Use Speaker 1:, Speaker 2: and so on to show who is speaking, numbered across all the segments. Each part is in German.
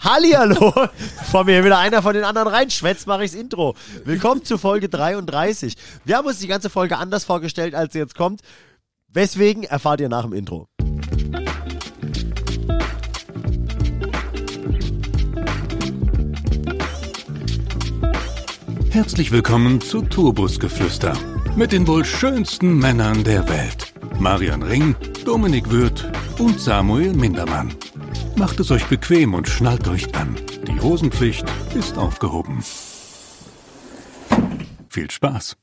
Speaker 1: Hallihallo! Von mir wieder einer von den anderen reinschwätzt, mache ich's Intro. Willkommen zu Folge 33. Wir haben uns die ganze Folge anders vorgestellt, als sie jetzt kommt. Weswegen erfahrt ihr nach dem Intro.
Speaker 2: Herzlich willkommen zu Turbusgeflüster mit den wohl schönsten Männern der Welt. Marian Ring, Dominik Würth und Samuel Mindermann. Macht es euch bequem und schnallt euch an. Die Hosenpflicht ist aufgehoben. Viel Spaß.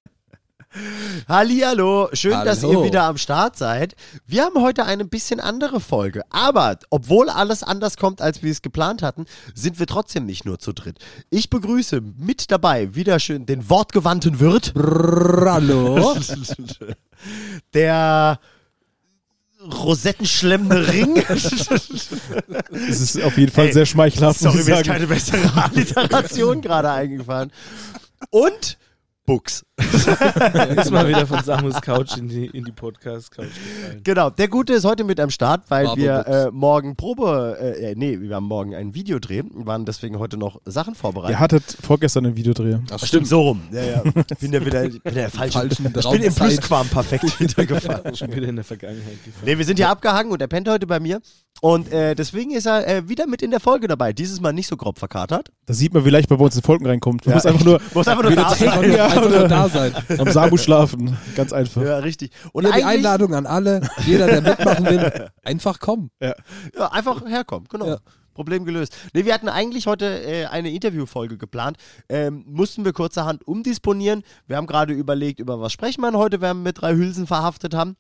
Speaker 1: Hallihallo! Schön, dass ihr
Speaker 3: Hallo.
Speaker 1: wieder am Start seid. Wir haben heute eine bisschen andere Folge. Aber obwohl alles anders kommt, als wir es geplant hatten, sind wir trotzdem nicht nur zu dritt. Ich begrüße mit dabei wieder schön den wortgewandten Wirt.
Speaker 3: Hallo.
Speaker 1: der rosettenschlemmende Ring.
Speaker 3: Es ist auf jeden Fall sehr schmeichelhaft, muss
Speaker 1: Sorry,
Speaker 3: ich
Speaker 1: mir ist
Speaker 3: sagen.
Speaker 1: keine bessere Alliteration gerade eingefahren. Und Buchs.
Speaker 4: Ist mal wieder von Samus Couch in die, in die Podcast-Couch gefallen.
Speaker 1: Genau, der Gute ist heute mit am Start, weil
Speaker 3: Barber
Speaker 1: wir
Speaker 3: Buchs.
Speaker 1: äh, morgen Probe, äh, äh, nee, wir haben morgen ein Video drehen und waren deswegen heute noch Sachen vorbereitet.
Speaker 5: Ihr hattet vorgestern ein Videodreh.
Speaker 3: Ach,
Speaker 1: Stimmt, so rum. Ja, ja. Ich bin ja wieder, ich bin ja falsch.
Speaker 3: Falschen
Speaker 1: ich bin im
Speaker 3: Raumzeit.
Speaker 1: Plusquam perfekt wiedergefahren.
Speaker 4: Schon wieder in der Vergangenheit gefallen.
Speaker 1: Nee, wir sind hier abgehangen und er pennt heute bei mir. Und äh, deswegen ist er äh, wieder mit in der Folge dabei. Dieses Mal nicht so grob verkatert.
Speaker 5: Da sieht man, wie leicht bei uns in Folgen reinkommt. Man
Speaker 1: Ja,
Speaker 5: muss einfach nur
Speaker 1: Muss einfach nur da
Speaker 3: Einfach
Speaker 1: sein.
Speaker 3: nur, einfach nur da sein.
Speaker 5: am Samu schlafen. Ganz einfach.
Speaker 1: Ja, richtig. Und
Speaker 3: Hier die
Speaker 1: eigentlich
Speaker 3: Einladung an alle, jeder, der mitmachen will, einfach kommen.
Speaker 1: ja, einfach herkommen, genau.
Speaker 3: Ja.
Speaker 1: Problem gelöst. Nee, wir hatten eigentlich heute äh, eine Interviewfolge geplant. Ähm, mussten wir kurzerhand umdisponieren. Wir haben gerade überlegt, über was sprechen wir denn heute, wenn wir mit drei Hülsen verhaftet haben.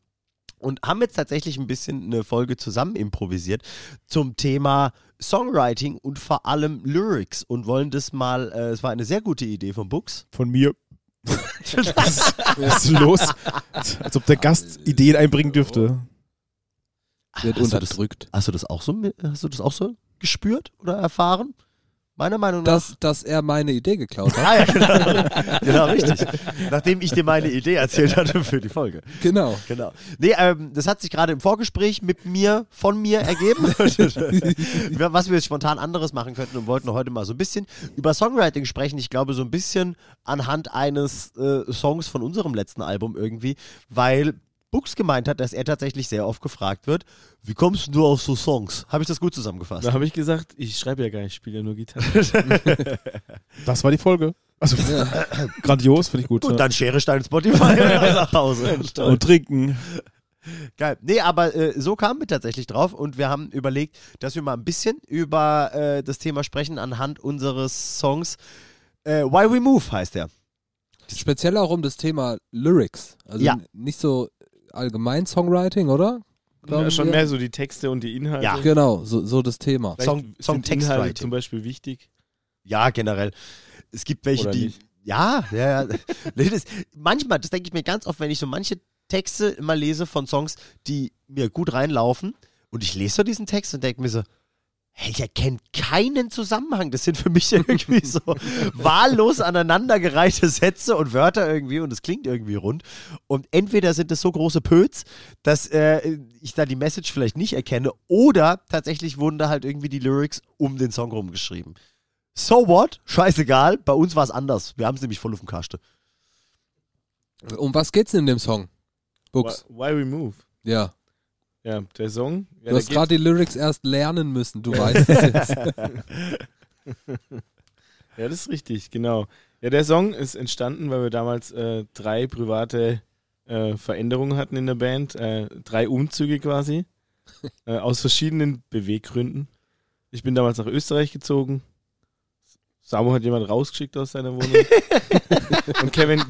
Speaker 1: Und haben jetzt tatsächlich ein bisschen eine Folge zusammen improvisiert zum Thema Songwriting und vor allem Lyrics. Und wollen das mal, äh, es war eine sehr gute Idee von Books.
Speaker 5: Von mir. was, was ist los? Als ob der Gast Ideen einbringen dürfte.
Speaker 3: Wird
Speaker 1: Hast du das,
Speaker 3: unterdrückt.
Speaker 1: hast du das auch so, mi- hast du das auch so gespürt oder erfahren? Meiner Meinung nach.
Speaker 3: Dass, dass er meine Idee geklaut hat.
Speaker 1: Ah ja, genau. genau, richtig. Nachdem ich dir meine Idee erzählt hatte für die Folge.
Speaker 3: Genau.
Speaker 1: Genau. Nee, ähm, das hat sich gerade im Vorgespräch mit mir, von mir ergeben. Wir- Was wir jetzt spontan anderes machen könnten und wollten heute mal so ein bisschen über Songwriting sprechen. Ich glaube, so ein bisschen anhand eines äh, Songs von unserem letzten Album irgendwie, weil Bux gemeint hat, dass er tatsächlich sehr oft gefragt wird, wie kommst du auf so Songs? Habe ich das gut zusammengefasst?
Speaker 4: Da habe ich gesagt, ich schreibe ja gar nicht, ich spiele ja nur Gitarre.
Speaker 5: Das war die Folge. Also
Speaker 3: Ja.
Speaker 5: grandios, finde ich gut.
Speaker 1: Gut,
Speaker 5: ja.
Speaker 1: dann Schere, Stein, Spotify nach Hause.
Speaker 5: Und trinken.
Speaker 1: Geil. Nee, aber äh, so kamen wir tatsächlich drauf und wir haben überlegt, dass wir mal ein bisschen über äh, das Thema sprechen anhand unseres Songs. Äh, Why We Move heißt der.
Speaker 3: Speziell auch um das Thema Lyrics. Also
Speaker 1: Ja.
Speaker 3: n- nicht so allgemein Songwriting, oder?
Speaker 4: Ja,
Speaker 3: Glauben
Speaker 4: schon
Speaker 3: wir?
Speaker 4: mehr so die Texte und die Inhalte.
Speaker 1: Ja.
Speaker 3: Genau, so, so das Thema.
Speaker 4: Vielleicht
Speaker 1: Song-
Speaker 4: sind
Speaker 1: Songtextwriting.
Speaker 4: Inhalte zum Beispiel wichtig.
Speaker 1: Ja, generell. Es gibt welche,
Speaker 4: Oder
Speaker 1: die.
Speaker 4: nicht.
Speaker 1: Ja, ja, ja. nee, das, manchmal, das denke ich mir ganz oft, wenn ich so manche Texte immer lese von Songs, die mir gut reinlaufen und ich lese so diesen Text und denke mir so, hey, ich erkenne keinen Zusammenhang. Das sind für mich irgendwie so wahllos aneinandergereihte Sätze und Wörter irgendwie und es klingt irgendwie rund. Und entweder sind es so große Pöts, dass äh, ich da die Message vielleicht nicht erkenne oder tatsächlich wurden da halt irgendwie die Lyrics um den Song rumgeschrieben. So what? Scheißegal. Bei uns war es anders. Wir haben es nämlich voll auf dem Kasten.
Speaker 3: Um was geht's denn in dem Song? Books.
Speaker 4: Why, why We Move.
Speaker 3: Ja.
Speaker 4: Ja, der Song. Ja,
Speaker 3: Du
Speaker 4: da
Speaker 3: hast
Speaker 4: geht's-
Speaker 3: gerade die Lyrics erst lernen müssen, du weißt es jetzt.
Speaker 4: ja, das ist richtig, genau. Ja, der Song ist entstanden, weil wir damals äh, drei private äh, Veränderungen hatten in der Band. Äh, drei Umzüge quasi. äh, aus verschiedenen Beweggründen. Ich bin damals nach Österreich gezogen. Samu hat jemand rausgeschickt aus seiner Wohnung. Und Kevin,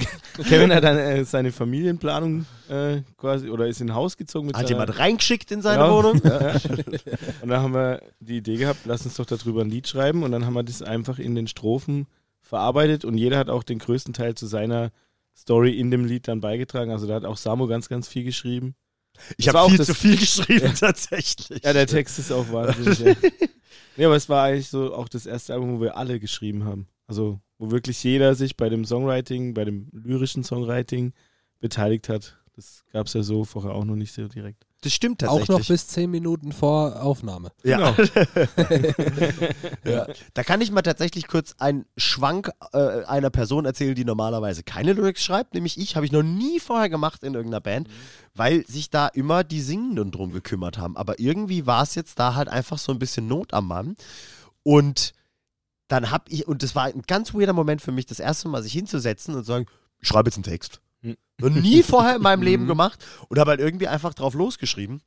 Speaker 4: Kevin hat dann äh, seine Familienplanung äh, quasi oder ist in ein Haus gezogen mit
Speaker 1: Hat
Speaker 4: seiner,
Speaker 1: jemand reingeschickt in seine
Speaker 4: Ja.
Speaker 1: Wohnung?
Speaker 4: Genau. Ja, ja. Und dann haben wir die Idee gehabt, lass uns doch darüber ein Lied schreiben. Und dann haben wir das einfach in den Strophen verarbeitet. Und jeder hat auch den größten Teil zu seiner Story in dem Lied dann beigetragen. Also da hat auch Samu ganz, ganz viel geschrieben.
Speaker 1: Ich
Speaker 4: Das war
Speaker 1: habe
Speaker 4: auch
Speaker 1: viel
Speaker 4: das-
Speaker 1: zu viel geschrieben, tatsächlich.
Speaker 4: Ja, der Text ist auch wahnsinnig. ja. Nee, aber es war eigentlich so auch das erste Album, wo wir alle geschrieben haben. Also wo wirklich jeder sich bei dem Songwriting, bei dem lyrischen Songwriting beteiligt hat. Das gab es ja so vorher auch noch nicht so direkt.
Speaker 1: Das stimmt
Speaker 3: Auch
Speaker 1: tatsächlich.
Speaker 3: noch bis 10 Minuten vor Aufnahme.
Speaker 1: ja.
Speaker 4: Genau.
Speaker 1: ja. Da kann ich mal tatsächlich kurz einen Schwank äh, einer Person erzählen, die normalerweise keine Lyrics schreibt, nämlich ich, habe ich noch nie vorher gemacht in irgendeiner Band, weil sich da immer die Singenden drum gekümmert haben. Aber irgendwie war es jetzt da halt einfach so ein bisschen Not am Mann. Und dann habe ich, und das war ein ganz weirder Moment für mich, das erste Mal sich hinzusetzen und zu sagen, ich schreibe jetzt einen Text.
Speaker 4: Hm.
Speaker 1: Noch nie vorher in meinem Leben gemacht und habe halt irgendwie einfach drauf losgeschrieben.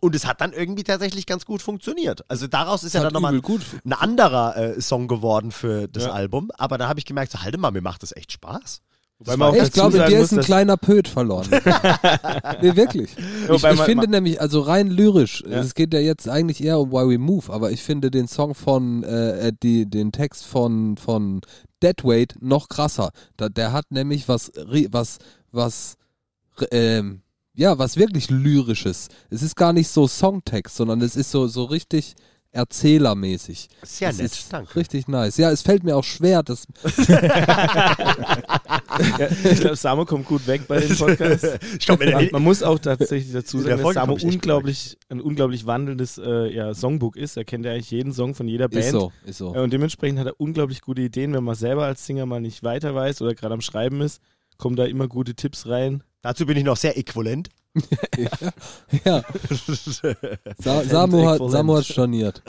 Speaker 1: Und es hat dann irgendwie tatsächlich ganz gut funktioniert. Also daraus ist ja
Speaker 3: Hat
Speaker 1: dann nochmal
Speaker 3: halt übel gut.
Speaker 1: ein anderer äh, Song geworden für das
Speaker 4: Ja.
Speaker 1: Album, aber da habe ich gemerkt, so, halte mal, mir macht das echt Spaß.
Speaker 4: Wobei
Speaker 1: war
Speaker 4: man auch
Speaker 3: Ich
Speaker 4: dazu
Speaker 3: glaube,
Speaker 4: sagen
Speaker 3: dir
Speaker 4: muss,
Speaker 3: ist ein
Speaker 4: dass-
Speaker 3: kleiner Pöt verloren. nee, wirklich. Ich,
Speaker 4: Wobei
Speaker 3: ich
Speaker 4: man-
Speaker 3: finde nämlich, also rein lyrisch,
Speaker 4: Ja.
Speaker 3: es geht ja jetzt eigentlich eher um Why We Move, aber ich finde den Song von, äh, äh, die, den Text von, von Deadweight noch krasser. Da, der hat nämlich was, ri- was, was, r- ähm, ja, was wirklich lyrisches. Es ist gar nicht so Songtext, sondern es ist so, so richtig erzählermäßig.
Speaker 1: Sehr
Speaker 3: Das
Speaker 1: nett,
Speaker 3: ist
Speaker 1: danke.
Speaker 3: Richtig nice. Ja, es fällt mir auch schwer, das
Speaker 4: Ja, ich glaube, Samo kommt gut weg bei dem äh, Podcast.
Speaker 1: Ich glaube,
Speaker 4: Man, man muss auch tatsächlich dazu
Speaker 1: In der
Speaker 4: sagen, dass
Speaker 1: Folge
Speaker 4: Samo
Speaker 1: komm ich echt
Speaker 4: unglaublich, ein unglaublich wandelndes äh, ja, Songbook ist. Er kennt ja eigentlich jeden Song von jeder Band.
Speaker 3: ist so, ist so.
Speaker 4: Ja, und dementsprechend hat er unglaublich gute Ideen, wenn man selber als Singer mal nicht weiter weiß oder gerade am Schreiben ist, kommen da immer gute Tipps rein.
Speaker 1: dazu bin ich noch sehr äquivalent.
Speaker 3: Ja. Sa Samu, hat,
Speaker 4: Äquivalent.
Speaker 3: Samu hat storniert.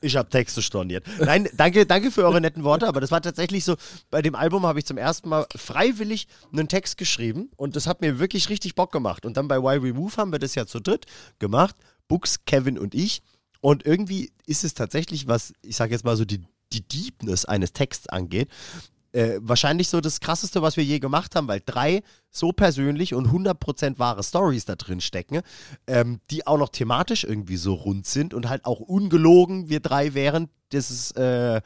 Speaker 1: Ich habe Texte storniert. Nein, danke, danke für eure netten Worte, aber das war tatsächlich so, bei dem Album habe ich zum ersten Mal freiwillig einen Text geschrieben und das hat mir wirklich richtig Bock gemacht. Und dann bei Why We Move haben wir das ja zu dritt gemacht, Bux, Kevin und ich. Und irgendwie ist es tatsächlich, was ich sage jetzt mal so die, die Deepness eines Texts angeht, äh, wahrscheinlich so das krasseste, was wir je gemacht haben, weil drei so persönlich und 100% wahre Stories da drin stecken, ähm, die auch noch thematisch irgendwie so rund sind und halt auch ungelogen wir drei während des äh, äh,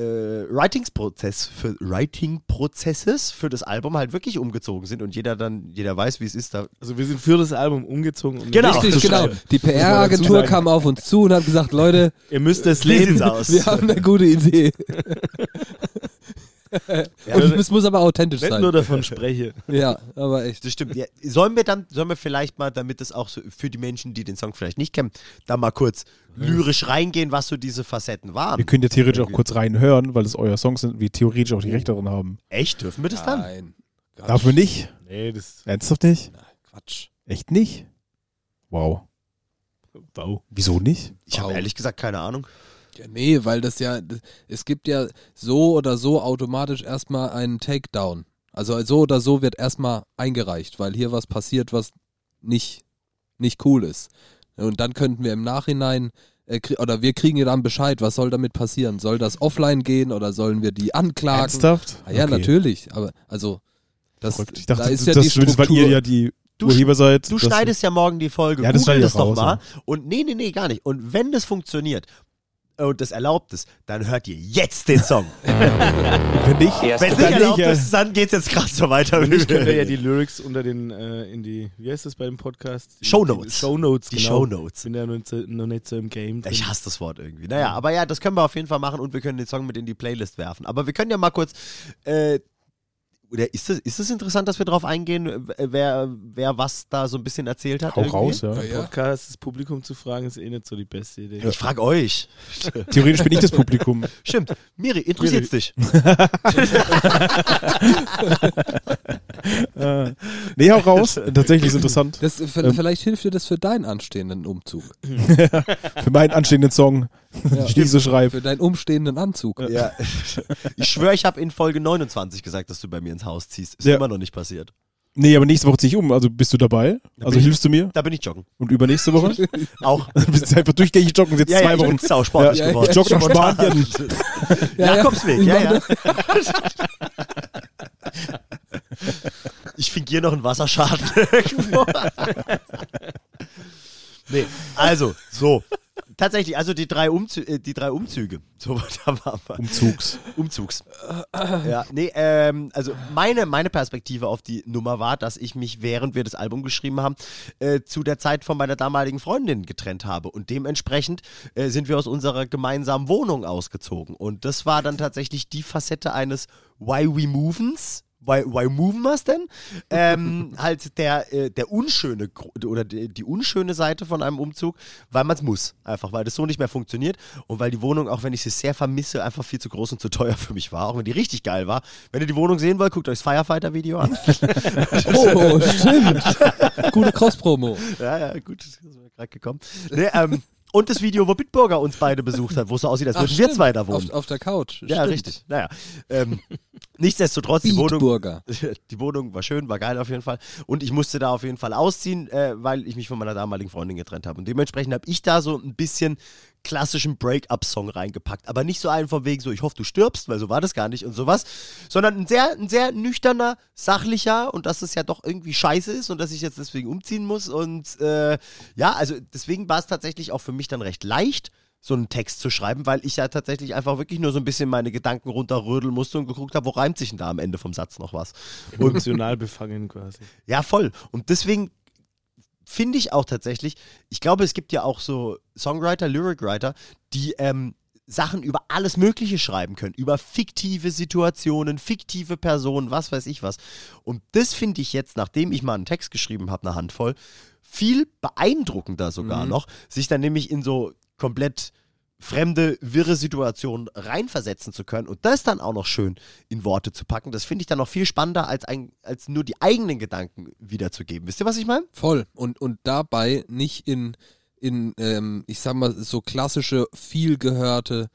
Speaker 1: Writingsprozess für Writing-Prozesses für das Album halt wirklich umgezogen sind und jeder dann, jeder weiß, wie es ist, da
Speaker 4: Also wir sind für das Album umgezogen. Um
Speaker 1: Genau.
Speaker 3: Richtig, genau. Die
Speaker 4: Muss man
Speaker 3: PR-Agentur
Speaker 4: dazu sagen.
Speaker 3: kam auf uns zu und hat gesagt, Leute,
Speaker 4: Ihr müsst es
Speaker 1: Wie
Speaker 4: leben.
Speaker 1: sieht's aus?
Speaker 3: wir haben eine gute Idee. Und es muss aber authentisch
Speaker 4: Nicht nur
Speaker 3: sein.
Speaker 4: davon spreche.
Speaker 3: Ja, aber echt.
Speaker 1: Das stimmt. Ja, sollen wir dann, sollen wir vielleicht mal, damit das auch so für die Menschen, die den Song vielleicht nicht kennen, da mal kurz lyrisch reingehen, was so diese Facetten
Speaker 5: Ihr
Speaker 1: waren?
Speaker 5: könnt ja theoretisch auch kurz reinhören, weil es euer Songs sind, wir theoretisch auch die Rechte daran haben.
Speaker 1: Echt? Dürfen wir das dann?
Speaker 3: Nein.
Speaker 5: Darf man nicht?
Speaker 4: Nee, das
Speaker 5: Ernsthaft nicht?
Speaker 3: Quatsch.
Speaker 5: Echt nicht? Wow.
Speaker 4: wow.
Speaker 5: Wieso nicht?
Speaker 1: Ich habe
Speaker 3: Wow.
Speaker 1: ehrlich gesagt keine Ahnung.
Speaker 3: Ja, nee, weil das ja, das- es gibt ja so oder so automatisch erstmal einen Takedown. Also so oder so wird erstmal eingereicht, weil hier was passiert, was nicht, nicht cool ist. Und dann könnten wir im Nachhinein, äh, krie- oder wir kriegen ja dann Bescheid, was soll damit passieren? Soll das offline gehen oder sollen wir die anklagen?
Speaker 5: Ernsthaft?
Speaker 3: Ah, ja,
Speaker 5: Okay.
Speaker 3: natürlich, aber also, das,
Speaker 5: Verrückt. Ich dachte,
Speaker 3: da ist
Speaker 5: das,
Speaker 3: ja die
Speaker 5: das zumindest, weil
Speaker 3: Struktur.
Speaker 5: ihr ja die
Speaker 1: Du
Speaker 5: Urheber seid.
Speaker 1: Du
Speaker 5: dass-
Speaker 1: schneidest ja morgen die Folge.
Speaker 5: Ja, das
Speaker 1: Google
Speaker 5: schneid ich
Speaker 1: das doch
Speaker 5: raus,
Speaker 1: mal. Und nee, nee, nee, gar nicht. Und wenn das funktioniert und das erlaubt ist, dann hört ihr jetzt den Song.
Speaker 5: Wenn nicht,
Speaker 1: wenn es
Speaker 5: dann
Speaker 1: nicht erlaubt
Speaker 5: nicht, ja.
Speaker 1: ist, dann geht's jetzt gerade so weiter.
Speaker 4: Und ich könnte ja die Lyrics unter den, äh, in die, wie heißt das bei dem Podcast? Die,
Speaker 1: Shownotes.
Speaker 4: Die Shownotes,
Speaker 1: Die
Speaker 4: genau.
Speaker 1: Shownotes.
Speaker 4: Ich bin ja noch nicht so, noch nicht so im Game drin.
Speaker 1: Ich hasse das Wort irgendwie. Naja, aber ja, das können wir auf jeden Fall machen und wir können den Song mit in die Playlist werfen. Aber wir können ja mal kurz. Äh, oder ist es ist das interessant, dass wir drauf eingehen, äh, wer, wer was da so ein bisschen erzählt hat?
Speaker 5: Hau
Speaker 1: irgendwie?
Speaker 5: raus, ja.
Speaker 3: Ja, ja.
Speaker 4: Podcast, das Publikum zu fragen, ist eh nicht so die beste Idee.
Speaker 1: Ich frage euch.
Speaker 5: Theoretisch bin ich das Publikum.
Speaker 1: Stimmt. Miri, interessiert's dich?
Speaker 5: äh, nee, hau raus. Tatsächlich ist interessant.
Speaker 3: Das, äh, v-
Speaker 5: Ähm.
Speaker 3: vielleicht hilft dir das für deinen anstehenden Umzug.
Speaker 5: Für meinen anstehenden Song,
Speaker 3: Ja.
Speaker 5: den ich so schreibe.
Speaker 3: Für deinen umstehenden Anzug.
Speaker 1: Ja. Ich schwöre, ich habe in Folge 29 gesagt, dass du bei mir ins Haus ziehst. Ist
Speaker 5: Ja.
Speaker 1: immer noch nicht passiert.
Speaker 5: Nee, aber nächste Woche ziehe ich um. Also bist du dabei? Also
Speaker 1: bin
Speaker 5: hilfst du mir?
Speaker 1: Da bin ich joggen.
Speaker 5: Und übernächste Woche?
Speaker 1: Auch.
Speaker 5: bist du einfach durchgängig joggen, jetzt
Speaker 1: Ja, ja,
Speaker 5: zwei
Speaker 1: ich
Speaker 5: Wochen.
Speaker 1: bin sausportlich
Speaker 5: Ja,
Speaker 3: ich
Speaker 1: geworden.
Speaker 5: jogge nach
Speaker 1: Spontan.
Speaker 3: Ja, ja.
Speaker 1: Jakobsweg, ja, ja. Ich fingiere noch einen Wasserschaden irgendwo. nee, also, so. Tatsächlich, also die drei, Umzü äh, die drei Umzüge. So, da waren wir.
Speaker 5: Umzugs.
Speaker 1: Umzugs. Ja, nee, ähm, also meine, meine Perspektive auf die Nummer war, dass ich mich, während wir das Album geschrieben haben, äh, zu der Zeit von meiner damaligen Freundin getrennt habe. Und dementsprechend äh, sind wir aus unserer gemeinsamen Wohnung ausgezogen. Und das war dann tatsächlich die Facette eines Why We Movens, why, why moven wir es denn? Ähm, halt der, äh, der unschöne Gro- oder die, die unschöne Seite von einem Umzug, weil man es muss. Einfach, weil das so nicht mehr funktioniert und weil die Wohnung, auch wenn ich sie sehr vermisse, einfach viel zu groß und zu teuer für mich war, auch wenn die richtig geil war. Wenn ihr die Wohnung sehen wollt, guckt euch das Firefighter-Video an.
Speaker 3: Oh, stimmt. Gute Cross-Promo.
Speaker 1: Ja, ja, gut, das ist mir gerade gekommen. Nee, ähm, und das Video, wo Bitburger uns beide besucht hat, wo es so aussieht, als
Speaker 3: Ach,
Speaker 1: würden wir
Speaker 3: stimmt.
Speaker 1: zwei da wohnen.
Speaker 3: Auf, auf der Couch.
Speaker 1: ja,
Speaker 3: stimmt.
Speaker 1: richtig. Naja. Ähm, nichtsdestotrotz, die Wohnung,
Speaker 3: Bietburger.
Speaker 1: die Wohnung war schön, war geil auf jeden Fall. Und ich musste da auf jeden Fall ausziehen, äh, weil ich mich von meiner damaligen Freundin getrennt habe. Und dementsprechend habe ich da so ein bisschen klassischen Break-up-Song reingepackt. Aber nicht so einen von wegen so, ich hoffe, du stirbst, weil so war das gar nicht und sowas. Sondern ein sehr, ein sehr nüchterner, sachlicher und dass es ja doch irgendwie scheiße ist und dass ich jetzt deswegen umziehen muss. Und äh, ja, also deswegen war es tatsächlich auch für mich dann recht leicht, so einen Text zu schreiben, weil ich ja tatsächlich einfach wirklich nur so ein bisschen meine Gedanken runterrödeln musste und geguckt habe, wo reimt sich denn da am Ende vom Satz noch was.
Speaker 4: Emotional befangen quasi.
Speaker 1: Ja, voll. Und deswegen finde ich auch tatsächlich, ich glaube, es gibt ja auch so Songwriter, Lyricwriter, die ähm, Sachen über alles Mögliche schreiben können, über fiktive Situationen, fiktive Personen, was weiß ich was. Und das finde ich jetzt, nachdem ich mal einen Text geschrieben habe, eine Handvoll, viel beeindruckender sogar noch, sich dann nämlich in so komplett fremde, wirre Situationen reinversetzen zu können und das dann auch noch schön in Worte zu packen, das finde ich dann noch viel spannender, als, ein, als nur die eigenen Gedanken wiederzugeben. Wisst ihr, was ich meine?
Speaker 3: Voll. Und, und dabei nicht in, in ähm, ich sag mal, so klassische, vielgehörte,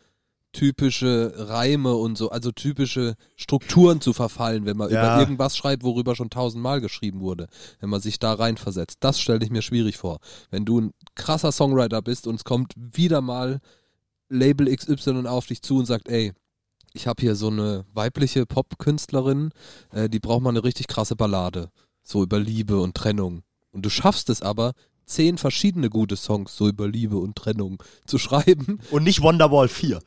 Speaker 3: typische Reime und so, also typische Strukturen zu verfallen, wenn man
Speaker 1: Ja.
Speaker 3: über irgendwas schreibt, worüber schon tausendmal geschrieben wurde, wenn man sich da reinversetzt. Das stelle ich mir schwierig vor. Wenn du ein krasser Songwriter bist und es kommt wieder mal Label XY auf dich zu und sagt, ey, ich habe hier so eine weibliche Popkünstlerin, äh, die braucht mal eine richtig krasse Ballade. So über Liebe und Trennung. Und du schaffst es aber, zehn verschiedene gute Songs so über Liebe und Trennung zu schreiben.
Speaker 1: Und nicht Wonderwall 4.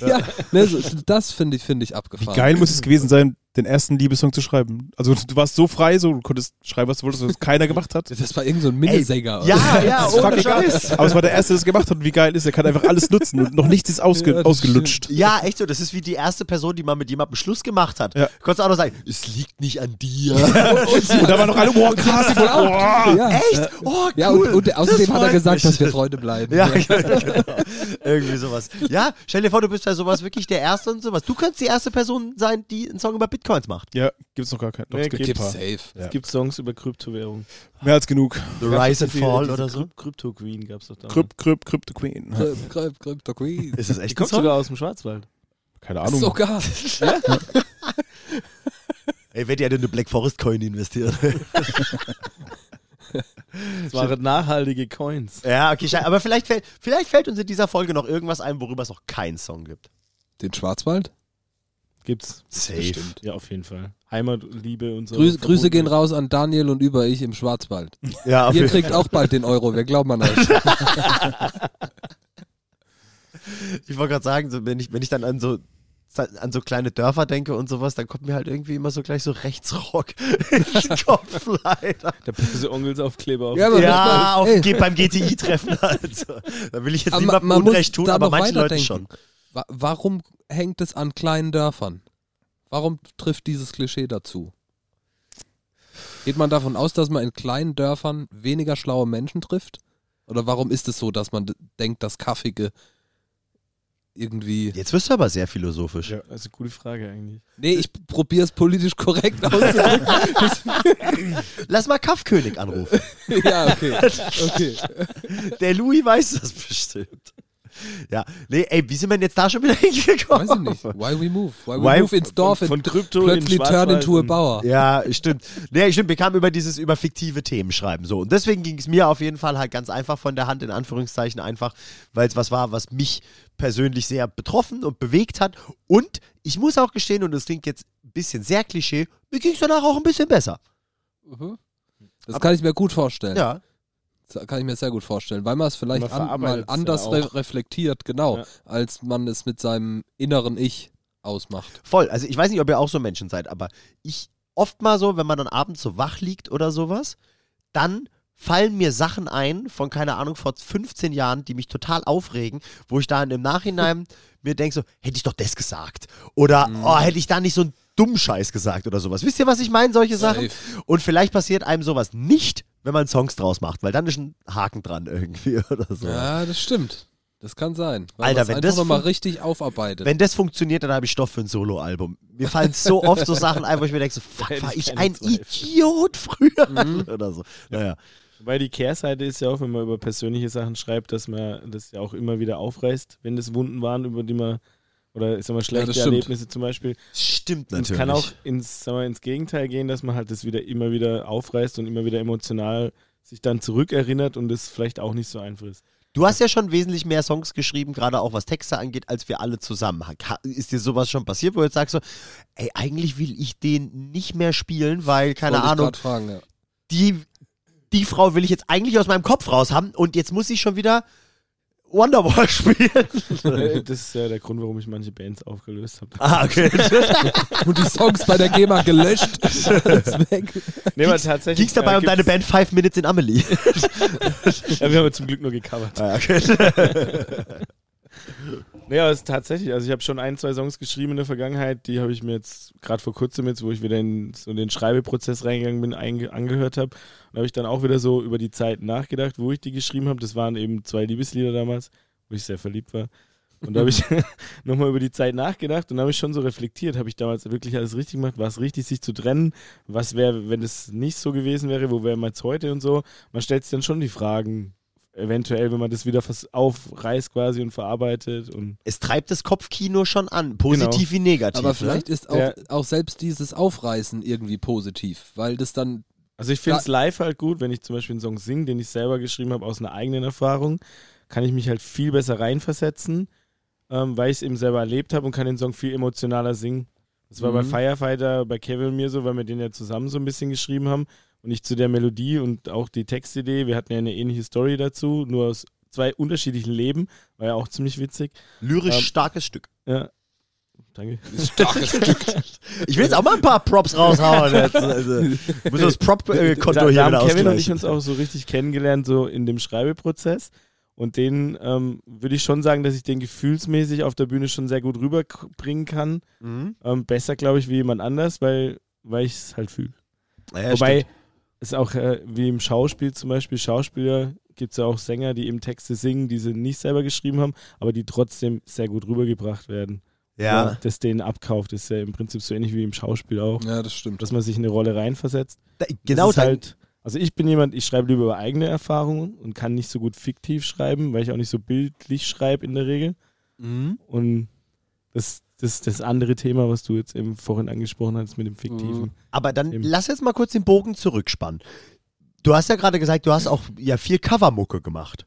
Speaker 3: ja, ne, so, das finde ich, finde ich
Speaker 5: Wie
Speaker 3: abgefahren.
Speaker 5: geil muss es gewesen sein, den ersten Liebessong zu schreiben? Also du warst so frei, so du konntest schreiben, was du wolltest, was keiner gemacht hat.
Speaker 3: Das war irgend so ein Minnesänger. oder?
Speaker 1: Ja, ja,
Speaker 5: Das ist
Speaker 1: ohne
Speaker 5: fucking
Speaker 1: Scheiß.
Speaker 5: Aber es war der erste, der es gemacht hat und wie geil ist, er kann einfach alles nutzen und noch nichts ist ausge
Speaker 3: Ja, das
Speaker 5: ausgelutscht.
Speaker 1: Ja, echt so. Das ist wie die erste Person, die mal mit jemandem Schluss gemacht hat.
Speaker 5: Ja.
Speaker 1: Konntest du auch noch sagen, es liegt nicht an dir.
Speaker 5: Und da waren noch alle, boah, krass, boah.
Speaker 3: ja.
Speaker 1: echt? Oh, cool.
Speaker 3: Ja, und, und
Speaker 1: Das
Speaker 3: außerdem hat er
Speaker 1: freut
Speaker 3: gesagt,
Speaker 1: mich.
Speaker 3: dass wir Freunde bleiben. ne?
Speaker 1: Ja, genau. Irgendwie sowas. Ja, stell dir vor, du bist ja sowas wirklich der Erste und sowas. Du könntest die erste Person sein, die einen Song über Bitcoins macht.
Speaker 5: Ja, gibt's noch gar keinen. Doch,
Speaker 4: Nee,
Speaker 5: es gibt ein
Speaker 3: Gibt's
Speaker 5: paar.
Speaker 3: safe.
Speaker 5: Ja.
Speaker 4: Es gibt Songs über Kryptowährung.
Speaker 5: Mehr als genug.
Speaker 1: The Rise and
Speaker 4: Diese-
Speaker 1: Fall
Speaker 4: diese
Speaker 1: oder so.
Speaker 4: Kryp- Krypto Queen gab es doch damals.
Speaker 5: Krypt, Krypt, Krypt, the Queen.
Speaker 3: Kryp, kryp, kryp, der Queen.
Speaker 1: Ist das
Speaker 4: Die
Speaker 1: echt ein
Speaker 4: kommt
Speaker 1: Song?
Speaker 4: sogar aus dem Schwarzwald.
Speaker 5: Keine Ahnung.
Speaker 3: Sogar.
Speaker 1: Ey, wenn die hätte in eine Black Forest Coin investiert.
Speaker 4: Das waren nachhaltige Coins.
Speaker 1: ja, okay, scheiße. Aber vielleicht fällt, vielleicht fällt uns in dieser Folge noch irgendwas ein, worüber es noch keinen Song gibt.
Speaker 3: Den Schwarzwald?
Speaker 4: Gibt's.
Speaker 1: Safe.
Speaker 4: Ja, auf jeden Fall. Heimat, Liebe und so.
Speaker 3: Grüße, Grüße
Speaker 4: Verboten.
Speaker 3: gehen raus an Daniel und über ich im Schwarzwald.
Speaker 1: Ja, auf
Speaker 3: Ihr
Speaker 1: jeden
Speaker 3: kriegt auch bald den Euro, wir glauben an euch.
Speaker 1: Ich wollte gerade sagen, so, wenn, ich, wenn ich dann an so an so kleine Dörfer denke und sowas, dann kommt mir halt irgendwie immer so gleich so Rechtsrock in den Kopf leider.
Speaker 4: Der böse Onkelsaufkleber auf.
Speaker 3: aber
Speaker 1: Ja, auf,
Speaker 3: ey,
Speaker 1: geht beim GTI-Treffen halt. So. Da will ich jetzt
Speaker 3: Aber
Speaker 1: niemandem
Speaker 3: man muss
Speaker 1: Unrecht tun,
Speaker 3: da
Speaker 1: aber
Speaker 3: noch
Speaker 1: manchen Leuten schon.
Speaker 3: weiterdenken. wa warum hängt es an kleinen Dörfern? Warum trifft dieses Klischee dazu? Geht man davon aus, dass man in kleinen Dörfern weniger schlaue Menschen trifft? Oder warum ist es so, dass man d- denkt, dass Kaffige irgendwie.
Speaker 1: Jetzt wirst du aber sehr philosophisch.
Speaker 4: Ja, also gute Frage eigentlich.
Speaker 3: Nee, ich probiere es politisch korrekt auszudrücken.
Speaker 1: Lass mal Kaffkönig anrufen.
Speaker 3: ja, okay. okay.
Speaker 1: Der Louis weiß das bestimmt. Ja, nee, ey, wie sind wir denn jetzt da schon wieder hingekommen?
Speaker 3: Weiß ich nicht. Why we move? Why we
Speaker 1: Why-
Speaker 3: move ins Dorf
Speaker 4: Von
Speaker 3: and
Speaker 4: Krypto in
Speaker 3: plötzlich turn
Speaker 4: Schwarzwald
Speaker 3: into a
Speaker 4: und-
Speaker 3: Bauer?
Speaker 1: Ja, stimmt. Nee, stimmt. Wir kamen über dieses, über fiktive Themen schreiben. So. Und deswegen ging es mir auf jeden Fall halt ganz einfach von der Hand, in Anführungszeichen einfach, weil es was war, was mich persönlich sehr betroffen und bewegt hat. Und ich muss auch gestehen, und das klingt jetzt ein bisschen sehr Klischee, mir ging es danach auch ein bisschen besser.
Speaker 3: Das kann ich mir gut vorstellen.
Speaker 1: Ja.
Speaker 3: Das kann ich mir sehr gut vorstellen, weil man es vielleicht
Speaker 4: Man
Speaker 3: an,
Speaker 4: verarbeitet's
Speaker 3: mal anders
Speaker 4: ja auch.
Speaker 3: re reflektiert, genau,
Speaker 4: Ja.
Speaker 3: als man es mit seinem inneren Ich ausmacht.
Speaker 1: Voll. Also ich weiß nicht, ob ihr auch so Menschen seid, aber ich oft mal so, wenn man dann abends so wach liegt oder sowas, dann fallen mir Sachen ein von, keine Ahnung, vor 15 Jahren, die mich total aufregen, wo ich dann im Nachhinein mir denke so, hätte ich doch das gesagt. Oder, oh, hätte ich da nicht so ein Dummscheiß gesagt oder sowas. Wisst ihr, was ich meine, solche Sachen? Und vielleicht passiert einem sowas nicht, wenn man Songs draus macht, weil dann ist ein Haken dran irgendwie oder so.
Speaker 3: Ja, das stimmt. Das kann sein.
Speaker 1: Alter,
Speaker 3: man's
Speaker 1: wenn
Speaker 3: einfach
Speaker 1: das
Speaker 3: nochmal
Speaker 1: fun-
Speaker 3: richtig aufarbeitet.
Speaker 1: Wenn das funktioniert, dann habe ich Stoff für ein Soloalbum. Mir fallen so oft so Sachen ein, wo ich mir denke, so, fuck,
Speaker 4: Hätte
Speaker 1: war
Speaker 4: ich
Speaker 1: ich
Speaker 4: keine
Speaker 1: ein
Speaker 4: Zweifel.
Speaker 1: Idiot früher oder so. Naja.
Speaker 4: Weil die Kehrseite ist ja auch, wenn man über persönliche Sachen schreibt, dass man das ja auch immer wieder aufreißt, wenn das Wunden waren, über die man oder ich sag mal schlechte
Speaker 3: das stimmt.
Speaker 4: Erlebnisse zum Beispiel.
Speaker 1: Stimmt
Speaker 4: Und
Speaker 1: natürlich.
Speaker 4: es kann auch ins, sagen wir, ins Gegenteil gehen, dass man halt das wieder immer wieder aufreißt und immer wieder emotional sich dann zurückerinnert und es vielleicht auch nicht so einfach ist.
Speaker 1: du hast ja schon wesentlich mehr Songs geschrieben, gerade auch was Texte angeht, als wir alle zusammen. Ha- Ist dir sowas schon passiert, wo du jetzt sagst so, ey, eigentlich will ich den nicht mehr spielen, weil, keine
Speaker 3: Wollte ich
Speaker 1: Ahnung,
Speaker 3: grad Fragen, ja.
Speaker 1: die, die Frau will ich jetzt eigentlich aus meinem Kopf raus haben und jetzt muss ich schon wieder Wonderwall spielen.
Speaker 4: Äh, das ist ja der Grund, warum ich manche Bands aufgelöst habe.
Speaker 1: ah, okay.
Speaker 3: Und die Songs bei der GEMA gelöscht. Alles weg.
Speaker 4: Nee, aber tatsächlich.
Speaker 1: Ging's dabei
Speaker 4: äh,
Speaker 1: um deine
Speaker 4: gibt's-
Speaker 1: Band Five Minutes in Amelie?
Speaker 4: Ja, wir haben ja zum Glück nur gecovert.
Speaker 1: ah, okay.
Speaker 4: Nee, aber es ist tatsächlich. Also ich habe schon ein, zwei Songs geschrieben in der Vergangenheit, die habe ich mir jetzt gerade vor kurzem jetzt, wo ich wieder in so den Schreibeprozess reingegangen bin, einge angehört habe. Und habe ich dann auch wieder so über die Zeit nachgedacht, wo ich die geschrieben habe. Das waren eben zwei Liebeslieder damals, wo ich sehr verliebt war. Und da habe ich nochmal über die Zeit nachgedacht und habe ich schon so reflektiert, habe ich damals wirklich alles richtig gemacht, war es richtig, sich zu trennen, was wäre, wenn es nicht so gewesen wäre, wo wären wir jetzt heute und so. Man stellt sich dann schon die Fragen, eventuell, wenn man das wieder vers- aufreißt quasi und verarbeitet und
Speaker 1: es treibt das Kopfkino schon an,
Speaker 4: Genau.
Speaker 1: positiv wie negativ. ne?
Speaker 3: Aber vielleicht ist auch,
Speaker 4: Ja.
Speaker 3: auch selbst dieses Aufreißen irgendwie positiv, weil das dann.
Speaker 4: Also ich finde es live halt gut, wenn ich zum Beispiel einen Song singe, den ich selber geschrieben habe aus einer eigenen Erfahrung, kann ich mich halt viel besser reinversetzen, ähm, weil ich es eben selber erlebt habe und kann den Song viel emotionaler singen. Das war bei
Speaker 3: Mhm.
Speaker 4: Firefighter, bei Kevin und mir so, weil wir den ja zusammen so ein bisschen geschrieben haben und ich zu der Melodie und auch die Textidee, wir hatten ja eine ähnliche Story dazu, nur aus zwei unterschiedlichen Leben, war ja auch ziemlich witzig.
Speaker 1: ne? Lyrisch
Speaker 4: Ähm,
Speaker 1: starkes Stück.
Speaker 4: Ja. Danke.
Speaker 1: Ich will jetzt auch mal ein paar Props raushauen. Jetzt. Also, muss das Prop-Konto
Speaker 4: da,
Speaker 1: Äh, hier
Speaker 4: da
Speaker 1: wieder
Speaker 4: haben Kevin und ich
Speaker 1: ausgleichen.
Speaker 4: uns auch so richtig kennengelernt, so in dem Schreibeprozess. Und den ähm, würde ich schon sagen, dass ich den gefühlsmäßig auf der Bühne schon sehr gut rüberbringen kann.
Speaker 1: Mhm.
Speaker 4: Ähm, besser, glaube ich, wie jemand anders, weil, weil ich es halt fühle.
Speaker 1: Ja,
Speaker 4: Wobei
Speaker 1: stimmt.
Speaker 4: es auch äh, wie im Schauspiel zum Beispiel, Schauspieler gibt es ja auch Sänger, die eben Texte singen, die sie nicht selber geschrieben haben, aber die trotzdem sehr gut rübergebracht werden.
Speaker 1: ja.
Speaker 4: Das denen abkauft, ist ja im Prinzip so ähnlich wie im Schauspiel auch,
Speaker 3: Ja, das stimmt.
Speaker 4: dass man sich in eine Rolle reinversetzt.
Speaker 1: Da,
Speaker 4: Das
Speaker 1: genau,
Speaker 4: ist
Speaker 1: dann,
Speaker 4: halt. Also ich bin jemand, ich schreibe lieber über eigene Erfahrungen und kann nicht so gut fiktiv schreiben, weil ich auch nicht so bildlich schreibe in der Regel.
Speaker 1: Mhm.
Speaker 4: Und das, das, das andere Thema, was du jetzt eben vorhin angesprochen hast mit dem Fiktiven.
Speaker 1: aber dann
Speaker 4: Eben.
Speaker 1: lass jetzt mal kurz den Bogen zurückspannen. Du hast ja gerade gesagt, du hast auch ja viel Covermucke gemacht.